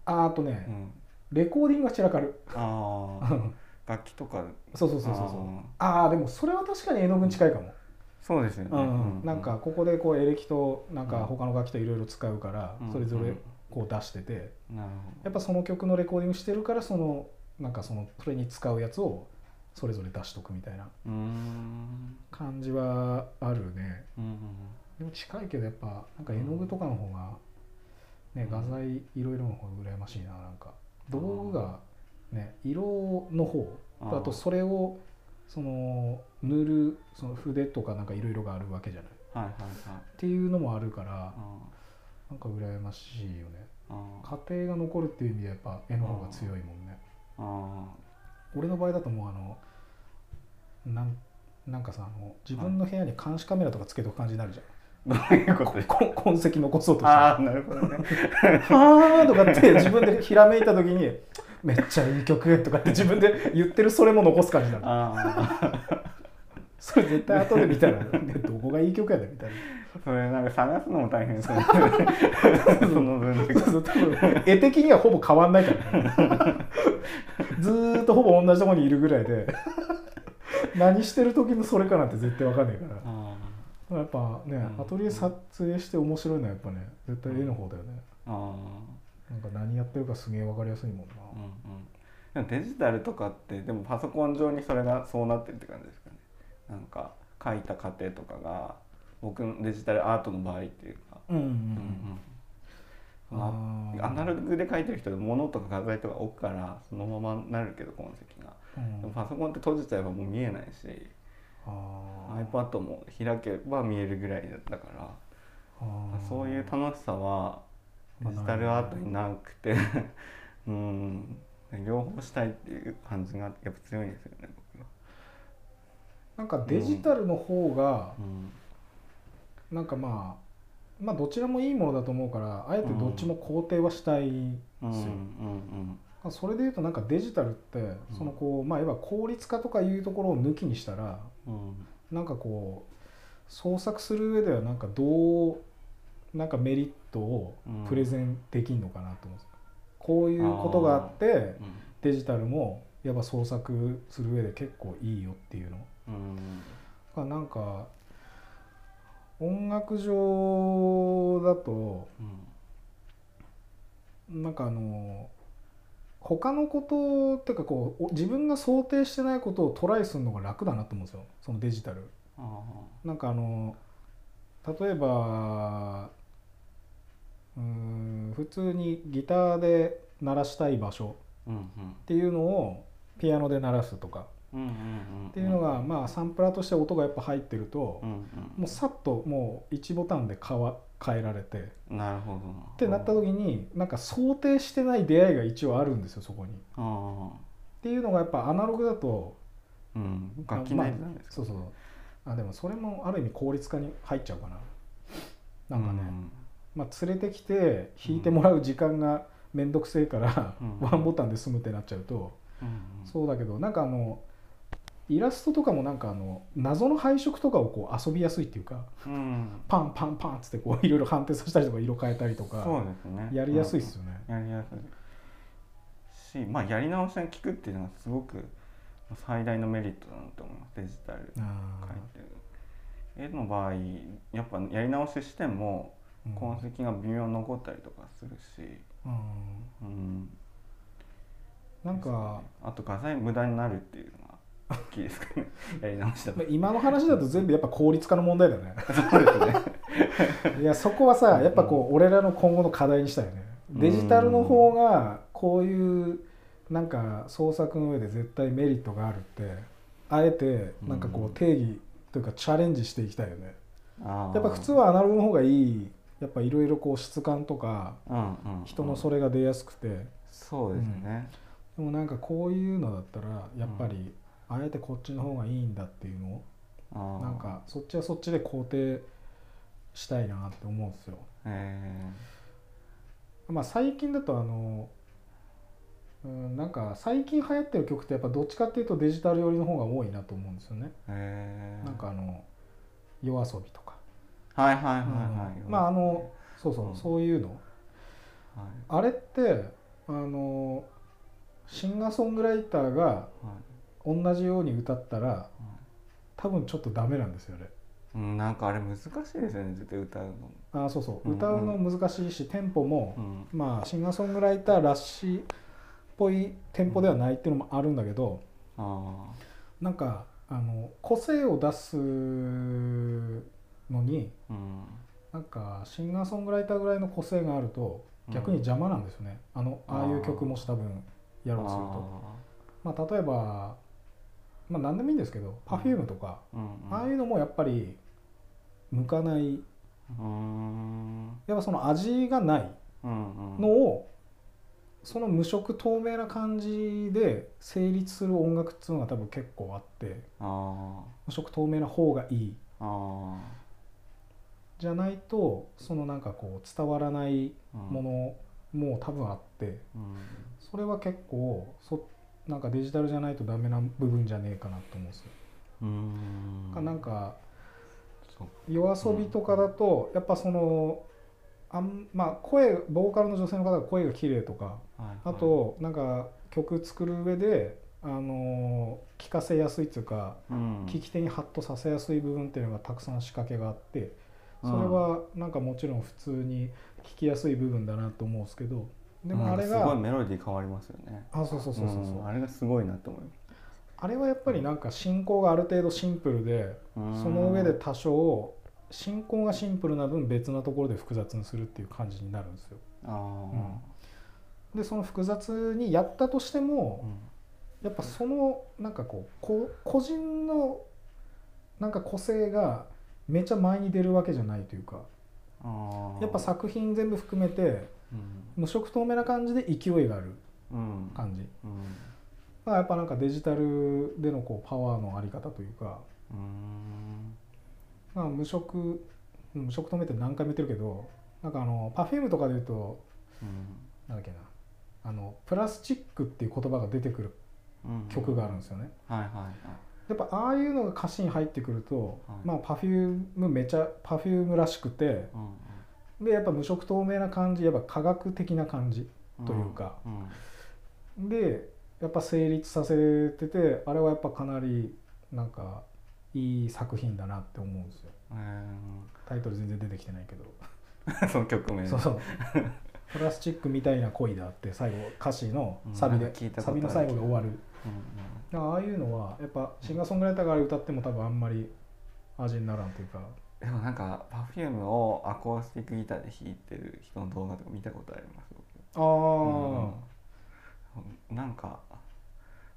C: ああとね、
D: 人、うん、
C: レコーディングが散らかる
D: ああ楽器とか
C: そうそうそうそうそう
D: あ
C: ああでもそれは確かに絵の具に近いかも、
D: そうですよね、
C: うんなんかここでこうエレキとなんか他の楽器といろいろ使うから
D: うん
C: それぞれこう出してて、
D: なる
C: やっぱその曲のレコーディングしてるからそのなんかそのそれに使うやつをそれぞれ出しとくみたいな
D: ほどうーん
C: 感じはあるね
D: うんうん
C: でも近いけどやっぱなんか絵の具とかの方が、ね、
D: うん
C: 画材いろいろの方が羨ましいななんか道具が、ね、色の方
D: あー
C: あとそれをその塗るその筆とかなんかいろいろがあるわけじゃないっ
D: はいはいはい
C: ていうのもあるから
D: あ
C: なんか羨ましいよね
D: ーあー
C: 家庭が残るっていう意味でやっぱ絵の方が強いもんね
D: あ
C: 俺の場合だともうあのなんなんかさあの自分の部屋に監視カメラとかつけとく感じになるじ
D: ーどういう
C: ゃん、
D: ことです
C: <laughs> <laughs>
D: か
C: ここ痕跡残そうとして
D: あ
C: は <laughs>
D: あなるほどね
C: あとかって自分でひらめいた時にめっちゃいい曲とかって自分で言ってるそれも残す感じになる
D: あ
C: それ絶対後で見た <laughs> ら、ね、どこがいい曲やねんみたい
D: あそれなんか探すのも大変
C: <laughs>
D: そうその分だけ
C: なそうそう多分絵的にはほぼ変わんないから、ね、 <laughs> ずーっとほぼ同じとこにいるぐらいで何してる時のそれかなんて絶対わかんないから
D: あ
C: やっぱね、
D: うん
C: アトリエ撮影して面白いのはやっぱね絶対絵の方だよね、
D: ーあ
C: なんか何やってるかすげえ分かりやすいもんな、
D: ーうんうんでもデジタルとかってでもパソコン上にそれがそうなってるって感じですかねなんか書いた過程とかが僕のデジタルアートの場合っていうか
C: うんうん
D: その
C: あー
D: アナログで書いてる人で物とか画材とか置くからそのままなるけど痕跡が
C: うん
D: でもパソコンって閉じちゃえばもう見えないし
C: あー
D: iPad も開けば見えるぐらいだから
C: あー
D: そういう楽しさは
C: ま
D: デ
C: あ
D: ジタルアートになくて <laughs> うん両方したいっていう感じがやっぱ強いんですよね僕は。
C: なんかデジタルの方が
D: うん
C: なんかまあまあどちらもいいものだと思うからあえてどっちも肯定はしたい、
D: うん
C: そう
D: うん
C: まあそれでいうとなんかデジタルってそのこう、まあいわば効率化とかいうところを抜きにしたら
D: うん
C: なんかこう創作する上ではなんかどうなんかメリットを
D: うん
C: プレゼンできんのかなと思うんですよこういうことがあって
D: うん
C: デジタルもやっぱ創作する上で結構いいよっていうの
D: うん
C: がなんか音楽上だと
D: うん
C: なんかあの他のことっていうかこうお自分が想定してないことをトライするのが楽だなと思うんですよそのデジタル。
D: あー
C: なんかあの例えばうーん普通にギターで鳴らしたい場所
D: うんうん
C: っていうのをピアノで鳴らすとか
D: うんうんうん
C: っていうのが、まあ、サンプラーとして音がやっぱ入ってると、
D: うん
C: もうさっともう1ボタンで変わ変えられてっ
D: うんなるほど
C: てなった時になんか想定してない出会いが一応あるんですよそこに。っ
D: ああ
C: ていうのがやっぱアナログだと
D: うん楽器ないとダメですか
C: そうそうあでもそれもある意味効率化に入っちゃうかななんかね、まあ、連れてきて弾いてもらう時間が面倒くせえから、
D: うん
C: ワンボタンで済むってなっちゃうと、
D: うんうん
C: そうだけどなんかあのイラストとかもなんかあの謎の配色とかをこう遊びやすいっていうか
D: うん
C: パンパンパンっつってこう <laughs> いろいろ反転させたりとか色変えたりと
D: そう
C: か
D: ですね
C: やりやすいですよね。
D: うんやりやすいしまあやり直しに聞くっていうのはすごく最大のメリットだなと思いますデジタル
C: あ
D: 描いてる絵の場合やっぱやり直ししても
C: ーうん
D: 痕跡が微妙に残ったりとかするし、
C: うん
D: うん、
C: なんか、
D: あと画材無駄になるっていうのは大きいで
C: <laughs>
D: すかねやり直した
C: まあ今の話だと全部やっぱ効率化の問題だ <laughs> よね。
D: そうですね
C: いやそこはさやっぱこう、俺らの今後の課題にしたいよねデジタルの方がこういうなんか創作の上で絶対メリットがあるってあえてなんかこ
D: う
C: うん定義というかチャレンジしていきたいよね
D: や
C: やっぱ普通はアナログの方がいいやっぱいろいろこう質感とか
D: うんうんうん
C: 人のそれが出やすくてで
D: そうですね、
C: もなんかこういうのだったらやっぱりあえてこっちの方がいいんだっていうの
D: あ
C: を
D: あ
C: なんかそっちはそっちで肯定したいなって思うんですよ
D: え
C: まあ、最近だとあの、うん、なんか最近流行ってる曲ってやっぱどっちかっていうとデジタル寄りの方が多いなと思うんですよね。
D: ー、えー、
C: なんかあの夜遊びとか、
D: はいはいはいはい、
C: まああのそうそう、
D: うん
C: そういうの
D: はい
C: あれってあのシンガーソングライターが
D: はい
C: 同じように歌ったら
D: は
C: 多分ちょっとダメなんですよね。
D: いうん、なんかあれ難しいですよね絶対歌うのも、
C: あそうそう
D: うん
C: 歌うの難しいし、テンポも
D: う、ん、
C: まあシンガーソングライターらしいっぽいテンポではないっていうのもあるんだけど、
D: あ
C: なんかあの個性を出すのに
D: あうん
C: なんかシンガーソングライターぐらいの個性があると逆に邪魔なんですよね、あの
D: あー
C: ああいう曲もし多分やろうとするとまあ、例えば、まあ、何でもいいんですけど Perfume とか、
D: あーうんうん
C: ああいうのもやっぱり向かないう
D: ーん
C: やっぱその味がない
D: うんうん
C: のをその無色透明な感じで成立する音楽っていうのが多分結構あって
D: あ
C: 無色透明な方がいい
D: ああ
C: じゃないとそのなんかこう伝わらない
D: あ
C: ものも多分あって
D: うん
C: それは結構そなんかデジタルじゃないとダメな部分じゃねえかなと思うんですよ。
D: うん
C: かなんか
D: そう
C: 夜遊びとかだとやっぱそのあんまあ声ボーカルの女性の方が声が綺麗とか
D: はいはい
C: あとなんか曲作る上であの聞かせやすいっていうか
D: うん
C: 聞き手にハッとさせやすい部分っていうのがたくさん仕掛けがあってそれはなんかもちろん普通に聞きやすい部分だなと思うんですけどでもあれ
D: うんす
C: が、
D: ごいメロディー変わりますよね
C: あそうそうそうそうそう、
D: ん
C: あ
D: あ
C: れ
D: れがすごいなと思います
C: はやっぱりなんか進行がある程度シンプルで
D: うん
C: その上で多少進行がシンプルな分別なところで複雑にするっていう感じになるんですよ
D: ああ
C: でその複雑にやったとしても、
D: うん
C: やっぱそのなんかこうこ個人のなんか個性がめちゃ前に出るわけじゃないというか
D: ああ
C: やっぱ作品全部含めて
D: うん
C: 無色透明な感じで勢いがある
D: うん
C: 感じ
D: うん
C: まあやっぱなんかデジタルでのこうパワーのあり方というか、
D: うん
C: まあ、無色うん無色透明って何回も言ってるけどなんかあの Perfume とかで言うと
D: うん
C: なんだっけなあのプラスチックっていう言葉が出てくる
D: うん
C: 曲があるんですよね。
D: はいはいはい
C: やっぱああいうのが歌詞に入ってくると、
D: はい
C: まあ Perfume めちゃ Perfume らしくて
D: うん
C: でやっぱ無色透明な感じやっぱ科学的な感じ
D: うん
C: というか
D: うん
C: でやっぱ成立させててあれはやっぱかなりなんかいい作品だなって思うんですよ
D: え
C: タイトル全然出てきてないけど、
D: ーその曲名
C: そうそうプラスチックみたいな恋だって最後歌詞のサビで、
D: うん聞いたことあ
C: サビ
D: る
C: の最後で終わる
D: うん
C: だからああいうのはやっぱシンガーソングライターが歌っても多分あんまり味にならんというか
D: うんでもなんか Perfume をアコースティックギターで弾いてる人の動画とか見たことあります僕
C: ああ、
D: うんなんか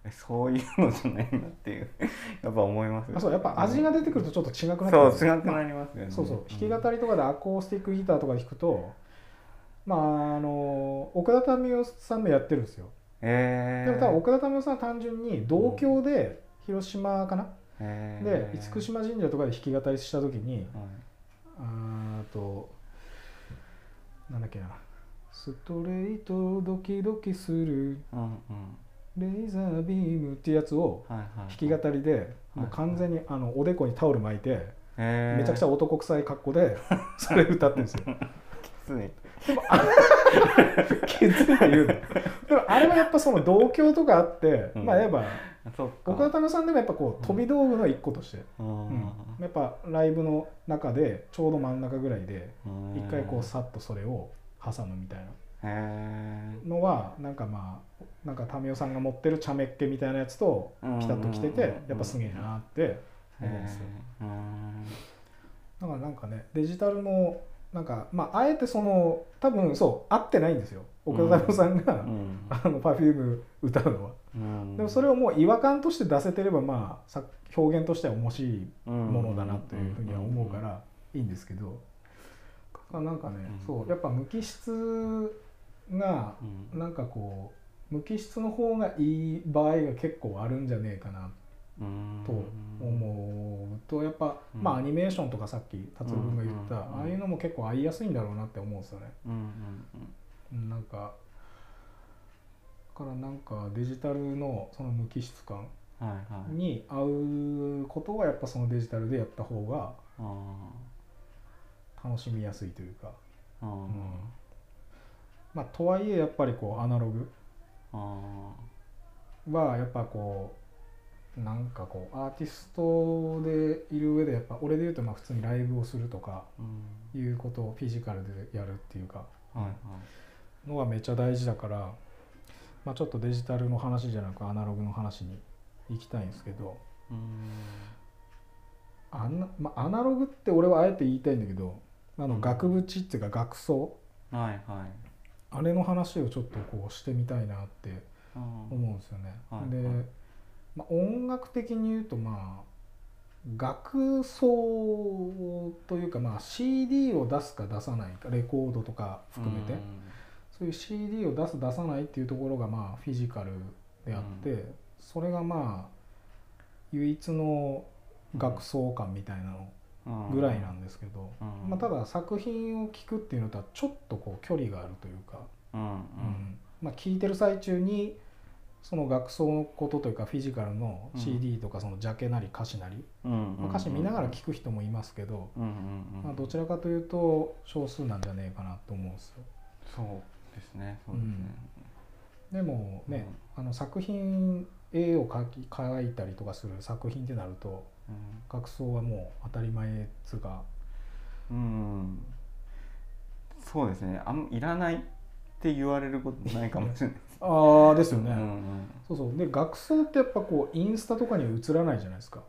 D: えそういうのじゃないなっていう <laughs> やっぱ思いますよ
C: あそうやっぱ味が出てくるとちょっと違くなって
D: そ
C: ま
D: う
C: す
D: 違くなりますよね、
C: そうそうん弾き語りとかでアコースティックギターとか弾くとまああの奥田民生さんのやってるんですよ
D: え
C: でも多分奥田民生さんは単純に同郷で広島かな、で厳
D: し
C: 島神社とかで弾き語りした時に
D: はい
C: あーとなんだっけな「ストレートドキドキする
D: うんうん
C: レーザービーム」っていうやつを
D: はいはい
C: 弾き語りでもう完全にあのおでこにタオル巻いてめ
D: め
C: ちゃくちゃ男臭い格好で <laughs> それ歌ってるんです
D: <laughs>
C: よ。
D: つ
C: <laughs>
D: い
C: 気づいて言うのでもあれはやっぱその同郷とかあって、
D: うん
C: まあやっぱ
D: そっか
C: 岡田民生さんでもやっぱこう飛び道具の一個として、
D: うん
C: うんやっぱライブの中でちょうど真ん中ぐらいで
D: うん
C: 一回こうさっとそれを挟むみたいな
D: へえ
C: のはなんかまあなんか民生さんが持ってる茶目っ気みたいなやつとピタッときてて
D: うん
C: やっぱすげえなって
D: へ
C: 思うんですよ。
D: ーうん
C: だからなんかねデジタルのなんかまああえてその多分そう合ってないんですよ岡田民生さんが、
D: うん
C: あの Perfume 歌うのは。
D: うん
C: でもそれをもう違和感として出せてればまあさ表現としては面白いものだなというふうには思うからいいんですけどあなんかね
D: うん
C: そうやっぱ無機質が
D: うん
C: なんかこう無機質の方がいい場合が結構あるんじゃねえかな
D: うん
C: と思うとやっぱ
D: うん
C: まあアニメーションとかさっき達郎君が言った
D: うんうんうん
C: ああいうのも結構合いやすいんだろうなって思うんですよね。
D: うんうんうん
C: うんなんかだからなんかデジタルのその無機質感
D: はいはい
C: に合うことはやっぱそのデジタルでやった方が
D: あ
C: 楽しみやすいというか、
D: ーあー
C: うんまあとはいえやっぱりこうアナログ
D: あ
C: はやっぱこうなんかこうアーティストでいる上でやっぱ俺で言うとまあ普通にライブをするとか
D: ーうん
C: いうことをフィジカルでやるっていうか
D: はいはい
C: のがめっちゃ大事だから、まあ、ちょっとデジタルの話じゃなくアナログの話に行きたいんですけど
D: うん
C: あんな、まあ、アナログって俺はあえて言いたいんだけどあ
D: う
C: の
D: ん
C: 額縁っていうか額装
D: はいはい
C: あれの話をちょっとこうしてみたいなって
D: あー
C: 思うんですよね。
D: はい
C: で
D: はい、
C: まあ、音楽的に言うとまあ楽奏というかまあ CD を出すか出さないかレコードとか含めて、
D: うん
C: そういう CD を出す出さないっていうところがまあフィジカルであって、
D: う
C: それがまあ唯一の楽奏感みたいなの
D: うん
C: ぐらいなんですけど、
D: うん
C: まあ、ただ作品を聴くっていうのとはちょっとこう距離があるというか、
D: うんうん
C: うんまあ、聴いてる最中にその楽奏のことというかフィジカルの
D: うん
C: CD とかそのジャケなり歌詞なり、
D: うん
C: まあ、歌詞見ながら聴く人もいますけど、
D: うんうんうん
C: まあ、どちらかというと少数なんじゃねえかなと思うんですよ。
D: そうですねそうですね
C: でもね、あの作品絵を描き描いたりとかする作品ってなると
D: うん
C: 楽奏はもう当たり前っつうか
D: うんそうですねあんいらないって言われることないかもしれないです
C: ああですよ
D: う
C: ね。
D: んうん
C: そうそうで学装ってやっぱこうインスタとかには映らないじゃないですか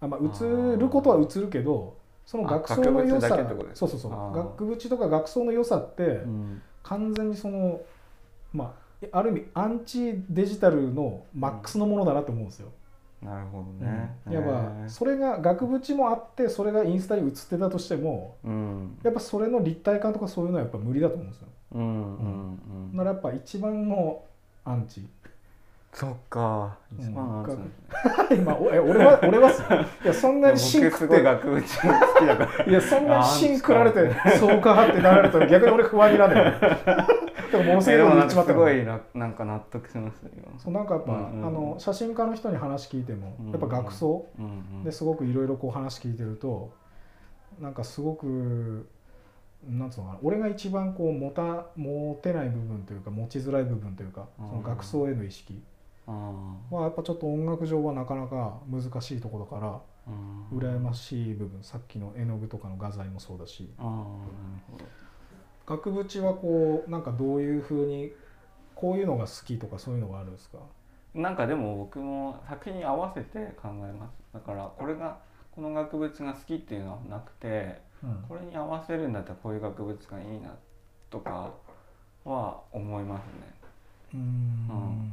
C: あ、まあ、映ることは映るけどその学装の良さ
D: あ額縁だけってことです
C: そうそうそう
D: あー
C: 額縁とか学装の良さって
D: うん
C: 完全にそのまあある意味アンチデジタルのマックスのものだなと思うんですよ、
D: なるほどね
C: うんやっ
D: へ
C: ぱ
D: ー
C: それが額縁もあってそれがインスタに映ってたとしても
D: うん
C: やっぱそれの立体感とかそういうのはやっぱ無理だと思うんですよ
D: うんうんう
C: だから
D: ん
C: やっぱ一番のアンチ <laughs>
D: そっか
C: うん
D: 一番なんですね
C: 今おえ俺は俺はっすよいやそん
D: いや
C: なにシン
D: 僕
C: ク
D: す
C: っ
D: ごい
C: て
D: 額縁が好きだから
C: いやそんなに芯食られ
D: あー
C: てそうかってなられたら逆に俺不安になるよでもものすご
D: え
C: い
D: で
C: こと
D: も
C: 言っ
D: なんか
C: ちまった
D: す
C: か
D: ご
C: ら
D: いななんか納得しました今
C: そうなんかやっぱ、
D: うんうんうん
C: あの写真家の人に話聞いても
D: うんうん
C: やっぱ学装
D: うんうん
C: ですごくいろいろこう話聞いてるとなんかすごくなんつうのかな俺が一番こう持た持てない部分というか持ちづらい部分というかそ
D: うん
C: の学装への意識
D: あー
C: はやっぱちょっと音楽上はなかなか難しいところだから
D: うん
C: 羨ましい部分さっきの絵の具とかの画材もそうだし
D: あーなるほど
C: 額縁はこうなんかどういうふうにこういうのが好きとかそういうのがあるんですか
D: なんかでも僕も作品に合わせて考えますだからこれがこの額縁が好きっていうのはなくて
C: うん
D: これに合わせるんだったらこういう額縁がいいなとかは思いますね
C: うーん
D: うん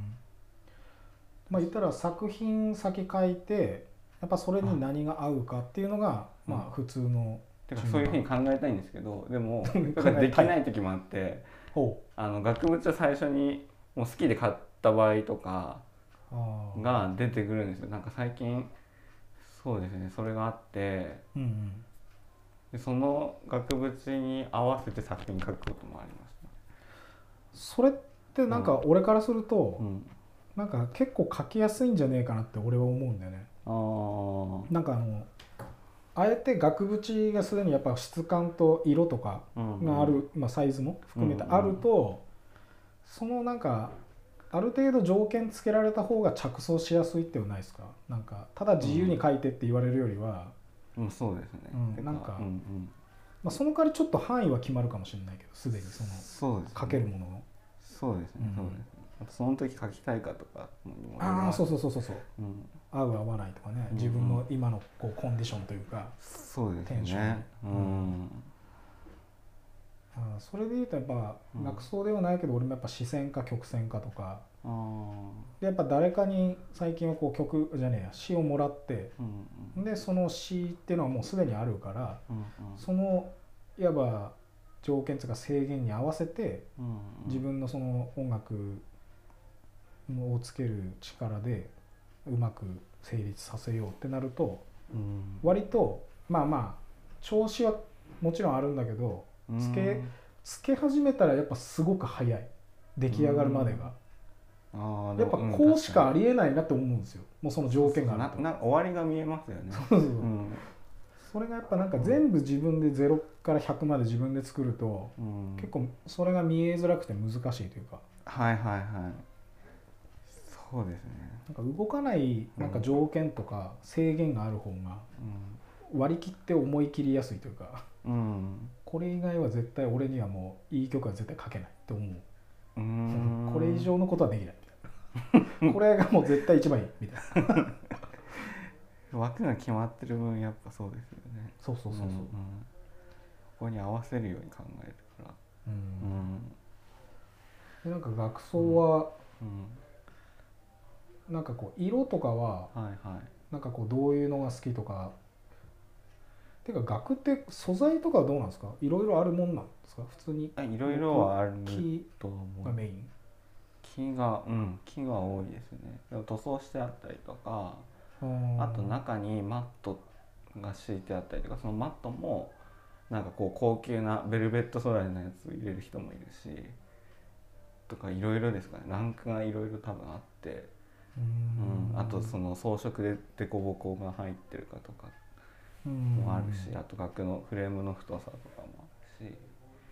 C: まあ言ったら作品先書いてやっぱそれに何が合うかっていうのが
D: うん
C: まあ普通の
D: てかそういうふうに考えたいんですけどでも
C: 考
D: なんか
C: え
D: でき
C: たい
D: ない時もあって
C: ほ
D: あの額縁を最初にもう好きで買った場合とか
C: うあー
D: が出てくるんですよなんか最近そうですねそれがあって
C: うんうん
D: でその額縁に合わせて作品書くこともありました、
C: それってなんか俺からすると
D: うん、
C: なんか結構書きやすいんじゃねえかなって俺は思うんだよね
D: あー
C: なんかあのあえて額縁がすでにやっぱ質感と色とか
D: うんうん
C: がある、まあ、サイズも含めて
D: うんうん
C: あると、そのなんかある程度条件つけられた方が着想しやすいっていうのはないですかなんかただ自由に書いてって言われるよりは、
D: うん、そうですね、
C: うん
D: て
C: なんか
D: うんうん、
C: まあ、その代わりちょっと範囲は決まるかもしれないけどすでにその
D: そうですね
C: 書けるものの、
D: そうですね、
C: うん
D: そうですねあとその時書きたいかとかもいろいろ
C: ああそうそうそうそうそう
D: うん、
C: 合う合わないとかね
D: うん
C: 自分の今のこうコンディションというか、
D: そうです
C: テンション
D: ねうん、
C: あーそれで言うとやっぱ
D: うん
C: 楽そうではないけど、俺もやっぱ視線か曲線かとか
D: あー
C: でやっぱ誰かに最近はこう曲じゃねえや詩をもらって
D: うんうん
C: でその詩っていうのはもうすでにあるから
D: うんうん
C: そのいわば条件というか制限に合わせて
D: うんうん
C: 自分のその音楽をつける力でうまく成立させようってなると
D: うん
C: 割とまあまあ調子はもちろんあるんだけどつけ
D: うん
C: つけ始めたらやっぱすごく早い出来上がるまでが
D: あー
C: やっぱ
D: でもん
C: こうしかあ
D: 確
C: りえないなって思うんですよもうその条件
D: に
C: が
D: な
C: あると
D: な終わりが見えますよね
C: そうそうそう
D: うん
C: それがやっぱなんか全部自分で0から100まで自分で作ると
D: うん
C: 結構それが見えづらくて難しいというか
D: はいはいはいそうですね
C: なんか動かないなんか条件とか制限がある方が割り切って思い切りやすいというか
D: うん
C: これ以外は絶対俺にはもういい曲は絶対書けないって思う
D: うんうん
C: これ以上のことはできないみたいな <laughs> これがもう絶対一番いいみたいな
D: 枠が決まってる分やっぱそうですよね
C: そうそうそうそう、
D: んんここに合わせるように考えるから
C: うん
D: うん
C: でなんか学装は
D: うん
C: なんかこう色とかは
D: はいはい
C: なんかこうどういうのが好きとかてか額って素材とかはどうなんですかいろいろあるもんなんですか普通に
D: あいろいろはある
C: 木
D: と思
C: が
D: う
C: メイン
D: 木がうん木が多いですねでも塗装してあったりとかあと
C: な
D: 中にマットが敷いてあったりとかそのマットもなんかこう高級なベルベット素材のやつ入れる人もいるしとかいろいろですかねランクがいろいろ多分あって、うんあとその装飾で凸凹が入ってるかとかもあるし、あと額のフレームの太さとかもあるし、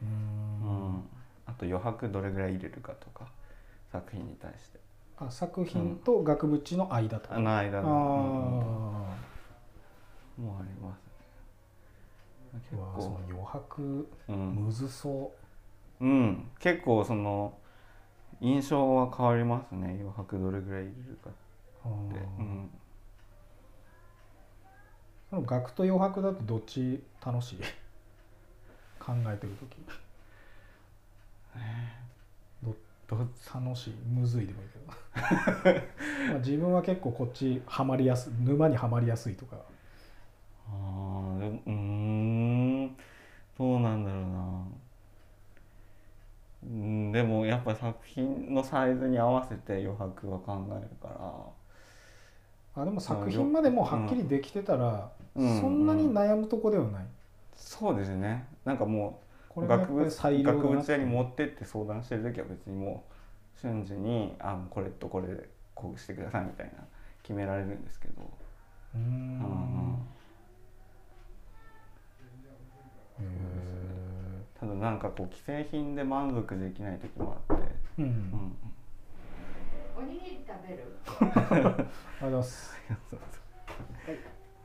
C: う
D: うん
C: ん
D: あと余白どれぐらい入れるかとか作品に対して
C: あ作品と額縁の間とか、
D: あの間
C: あ
D: の、
C: あ
D: うんもうありますね
C: ー
D: 結
C: うわーその
D: 構、
C: 余白
D: うん、
C: むずそ
D: うん、結構その印象は変わりますね余白どれぐらい入れるか
C: う、あ
D: って、
C: ー
D: うん、
C: その額と余白だとどっち楽しい <laughs> 考えてる時ど
D: どっ
C: 楽しいむずいでもいいけど <laughs> まあ自分は結構こっちはまりやす沼にはまりやすいとか
D: あーでもうーんどうなんだろうなうんでもやっぱ作品のサイズに合わせて余白は考えるか
C: あでも作品までもうはっきりできてたら、
D: ら、うん、
C: そんなに悩むとこではない、
D: そうですねなんかも
C: これ
D: う
C: がやっ
D: 額
C: ぱり最
D: 縁
C: 良だな
D: 額
C: って
D: 縁屋に持ってって相談してる時は別にもう瞬時にあこれとこれでこうしてくださいみたいな決められるんですけど。
C: うーんへ
D: ただなんかこう既製品で満足できない時もあって、
C: ーうん
D: うん、
E: おにぎり食べる
C: ありがとうございます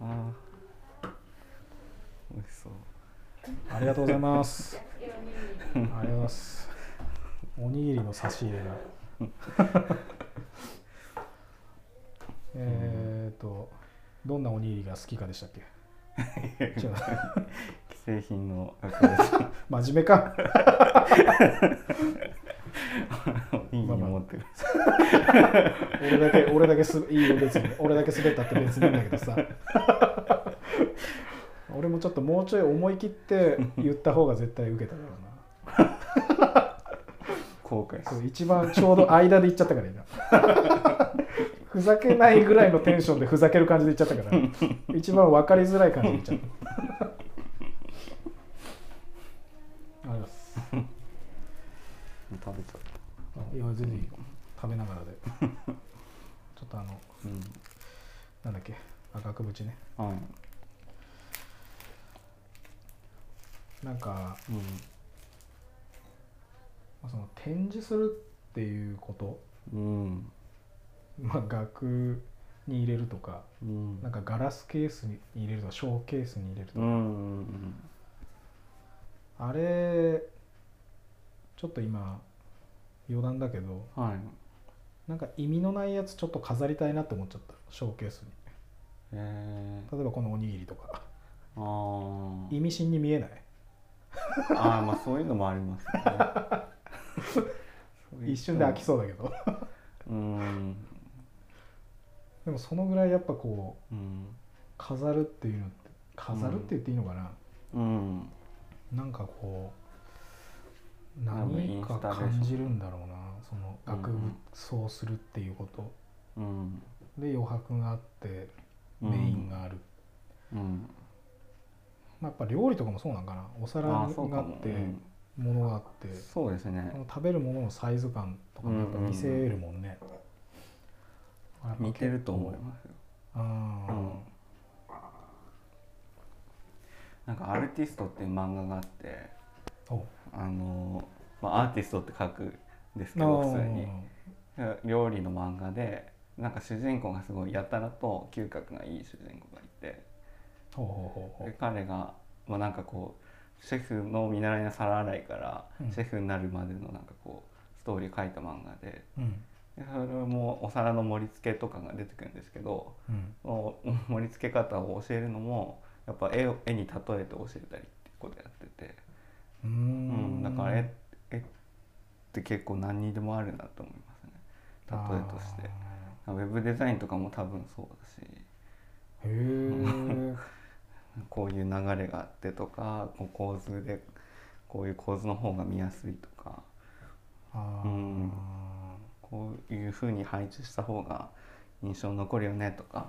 D: あー美味しそう
C: ありがとうございます
E: 焼きおにぎり
C: ありがとうございます。おにぎりの差し入 <laughs> れが。えっと、どんなおにぎりが好きかでしたっけ。違う
D: 既製品の学校です
C: 真面目か
D: いいに持ってる、
C: 俺だ <laughs> け俺だけすいいよ別に俺だけ滑ったって別にいいんだけど <laughs> さ俺もちょっともうちょい思い切って言った方が絶対受けただろうな
D: 後悔
C: そ
D: す
C: う一番ちょうど間で言っちゃったから今ふざけないぐらいのテンションでふざける感じで言っちゃったから一番分かりづらい感じで言っちゃったありがとうございます
D: 食べちゃっ
C: いや全然いいよ食べながらでちょっとあの
D: た
C: なんだっけ赤くぶちね
D: うんはい
C: なんか
D: うん
C: まあその展示するっていうこと、
D: うん
C: まあ、額に入れるとか
D: うん
C: なんかガラスケースに入れるとかショーケースに入れると
D: う
C: か、
D: んうん
C: あれちょっと今余談だけど
D: はい
C: なんか意味のないやつちょっと飾りたいなって思っちゃったショーケースに
D: えー、
C: 例えばこのおにぎりとか
D: あー
C: 意味深に見えない
D: あーまあそういうのもありますねそういう
C: 一瞬で飽きそうだけど
D: うん
C: でもそのぐらいやっぱこう
D: うん
C: 飾るっていうのって飾るって言っていいのかな、
D: うん
C: なんかこう
D: 多分
C: 何か感じるんだろうなその
D: うん
C: 学部そうするっていうこと
D: うん
C: で余白があって
D: うん
C: メインがある、
D: うん
C: まあ、やっぱ料理とかもそうなんかなお皿があ
D: あ
C: っ
D: ー
C: て
D: そうかも、うん、
C: 物があって
D: そうですね
C: この食べるもののサイズ感とかもやっぱ見せるもんね、
D: 似てると思いますよ、
C: あ
D: う
C: あ、
D: ん、なんか「アルティスト」っていう漫画があって
C: お
D: あの、まあ、アーティストって書くんですけど普通に料理の漫画でなんか主人公がすごいやたらと嗅覚がいい主人公がいて
C: ほうほうほうほう
D: で彼が、まあ、なんかこうシェフの見習いの皿洗いから
C: うん
D: シェフになるまでのなんかこうストーリーを書いた漫画で
C: うん
D: でそれもお皿の盛り付けとかが出てくるんですけど
C: うん
D: その盛り付け方を教えるのもやっぱ絵を絵に例えて教えたりってことやってて、
C: うー
D: うんん、だから絵絵って結構何にでもあるなと思いますね例えとしてウェブデザインとかも多分そうだし
C: あーへえ
D: <laughs> こういう流れがあってとかこう構図でこういう構図の方が見やすいとか
C: ああ、
D: うんこういうふうに配置した方が印象残るよねとか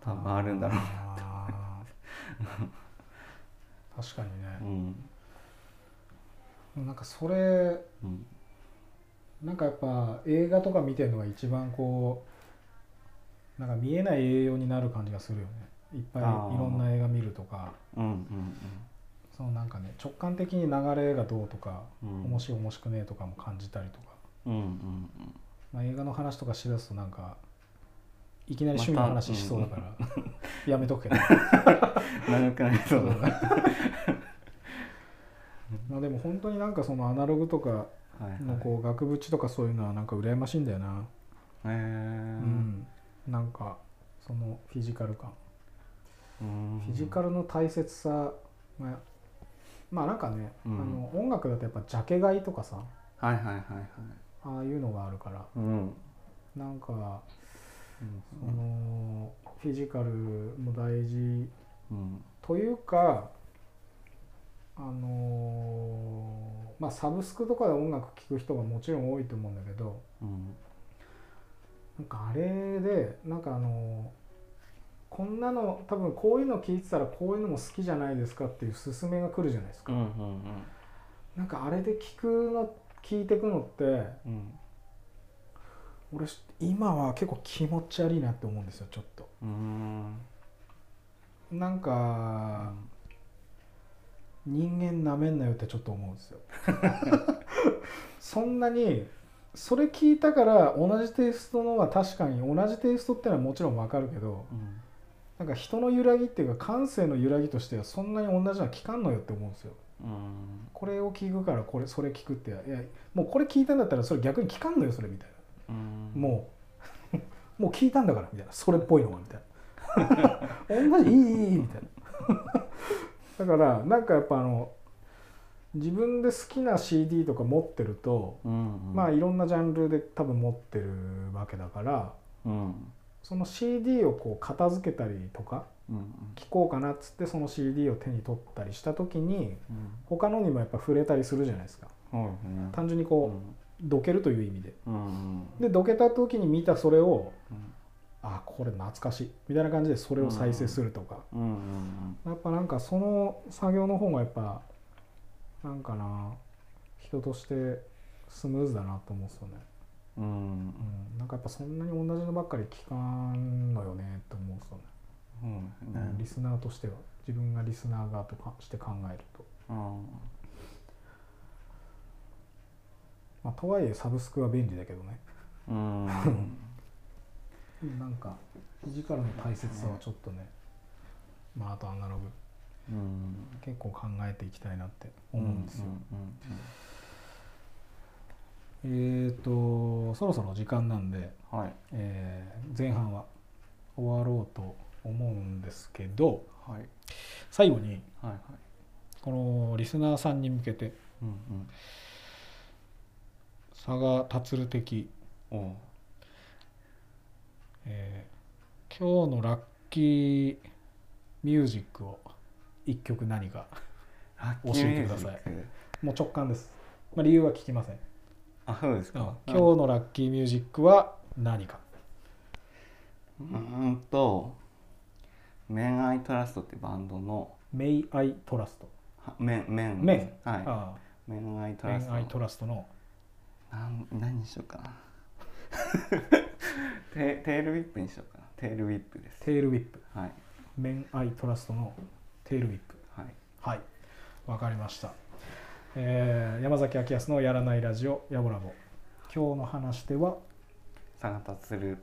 D: 多分あるんだろう
C: あ
D: <laughs>
C: ー確かに
D: う
C: ね、
D: ん
C: なんかそれ
D: うん
C: なんかやっぱ映画とか見てるのが一番こうなんか見えない栄養になる感じがするよねいっぱいい
D: あー
C: ろんな映画見るとか
D: うん
C: そのなんかね直感的に流れがどうとか、
D: うんうん
C: 面白い面白くねえとかも感じたりとか、
D: うんうんうん
C: まあ、映画の話とかしだすとなんかいきなり趣味の話しそうだから、やめと <laughs> くけど
D: 長くなりそうだな。
C: まあでも本当になんかそのアナログとか
D: はい、
C: のこう額縁とかそういうのはなんか羨ましいんだよな、
D: へえ
C: うんなんかそのフィジカル感、
D: うん
C: フィジカルの大切さまあまあなんかね、
D: うん
C: あの音楽だとやっぱジャケ買いとかさ
D: はいはいはいはい
C: ああいうのがあるから
D: うん、うん
C: なんかそのフィジカルも大事
D: うん、
C: というかあのーまあサブスクとかで音楽聴く人がもちろん多いと思うんだけど、
D: うん
C: なんかあれでなんかあのこんなの多分こういうの聞いてたらこういうのも好きじゃないですかっていう勧めが来るじゃないです
D: う
C: か、
D: んうん
C: なんかあれで聞くの聞いてくのって
D: うん
C: 俺今は結構気持ち悪いなって思うんですよちょっと
D: うん
C: なんか人間なめんなよってちょっと思うんですよそんなにそれ聞いたから同じテイストのは確かに同じテイストってのはもちろんわかるけど
D: うん
C: なんか人の揺らぎっていうか感性の揺らぎとしてはそんなに同じのは聞かんのよって思うんですよ。
D: うん
C: これを聞くからこれそれ聞くっていやもうこれ聞いたんだったらそれ逆に聞かんのよそれみたい
D: うん
C: なもう <laughs> もう聞いたんだから <laughs> みたいなそれっぽいのはみたいな同じいいいいいいみたいなだからなんかやっぱあの自分で好きな CD とか持ってると、
D: うん
C: まあいろんなジャンルで多分持ってるわけだから
D: うん
C: その CD をこう片付けたりとか
D: うん
C: 聴こうかなっつってその CD を手に取ったりした時に
D: うん
C: 他のにもやっぱ触れたりするじゃないですか
D: そうですね
C: 単純に
D: う
C: こう
D: ん
C: どけるという意味で
D: うん
C: でどけた時に見たそれを
D: うん
C: あこれ懐かしいみたいな感じでそれを再生するとか、
D: うんうん
C: やっぱなんかその作業の方がやっぱなんかな人としてスムーズだなと思うんですよね、
D: うんう
C: う
D: ん
C: ん、なんかやっぱそんなに同じのばっかり聞かんのよねって思うんですよね、
D: そうですね
C: リスナーとしては自分がリスナー側とかして考えると、
D: うん
C: まあ、とはいえサブスクは便利だけどね
D: うん
C: なんか肘からの大切さはちょっとねまああとアナログ
D: うん
C: 結構考えていきたいなって思うんですよ、
D: うん
C: えっ、とそろそろ時間なんで
D: うんはい
C: えー前半は終わろうと思うんですけど
D: はい
C: 最後に
D: はいはい
C: このリスナーさんに向けて
D: うん
C: 佐賀達郎的、
D: うんおう
C: えー今日のラッキーミュージックを一曲何か
D: ラッ
C: 教
D: キーミ
C: え
D: ュ
C: て
D: ー
C: く
D: ジ
C: ださい
D: ック
C: もう直感です、まあ、理由は聞きません、
D: あそうです
C: うん
D: か
C: 今日のラッキーミュージックは何か
D: うーんと「メン・アイ・トラスト」ってバンドの
C: 「メイ・アイ・トラスト
D: はメンメ」ン
C: メン、
D: は
C: あ
D: いメン・アイ・
C: あ
D: ト
C: メ
D: ラス
C: ン・
D: ト
C: アイ・トラストの
D: なん何にしようかな <laughs> テテールウィップにしようかなテールウィップです
C: テールウィップ
D: はい
C: メン・アイ・トラストのテールウィップ
D: はい
C: はい、わかりました。えー山崎明康のやらないラジオやぼらぼ。今日の話し手は、
D: 佐賀達る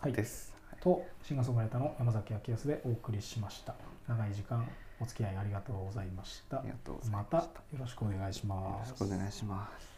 C: はい、
D: です、はい
C: とシンガーソングライターの山崎明康でお送りしました。長い時間お付き合いありがとうございました
D: あり。がとうござい
C: ま
D: ました
C: よろしくお願いし
D: よ
C: ま
D: ろ
C: す
D: し。くお願いします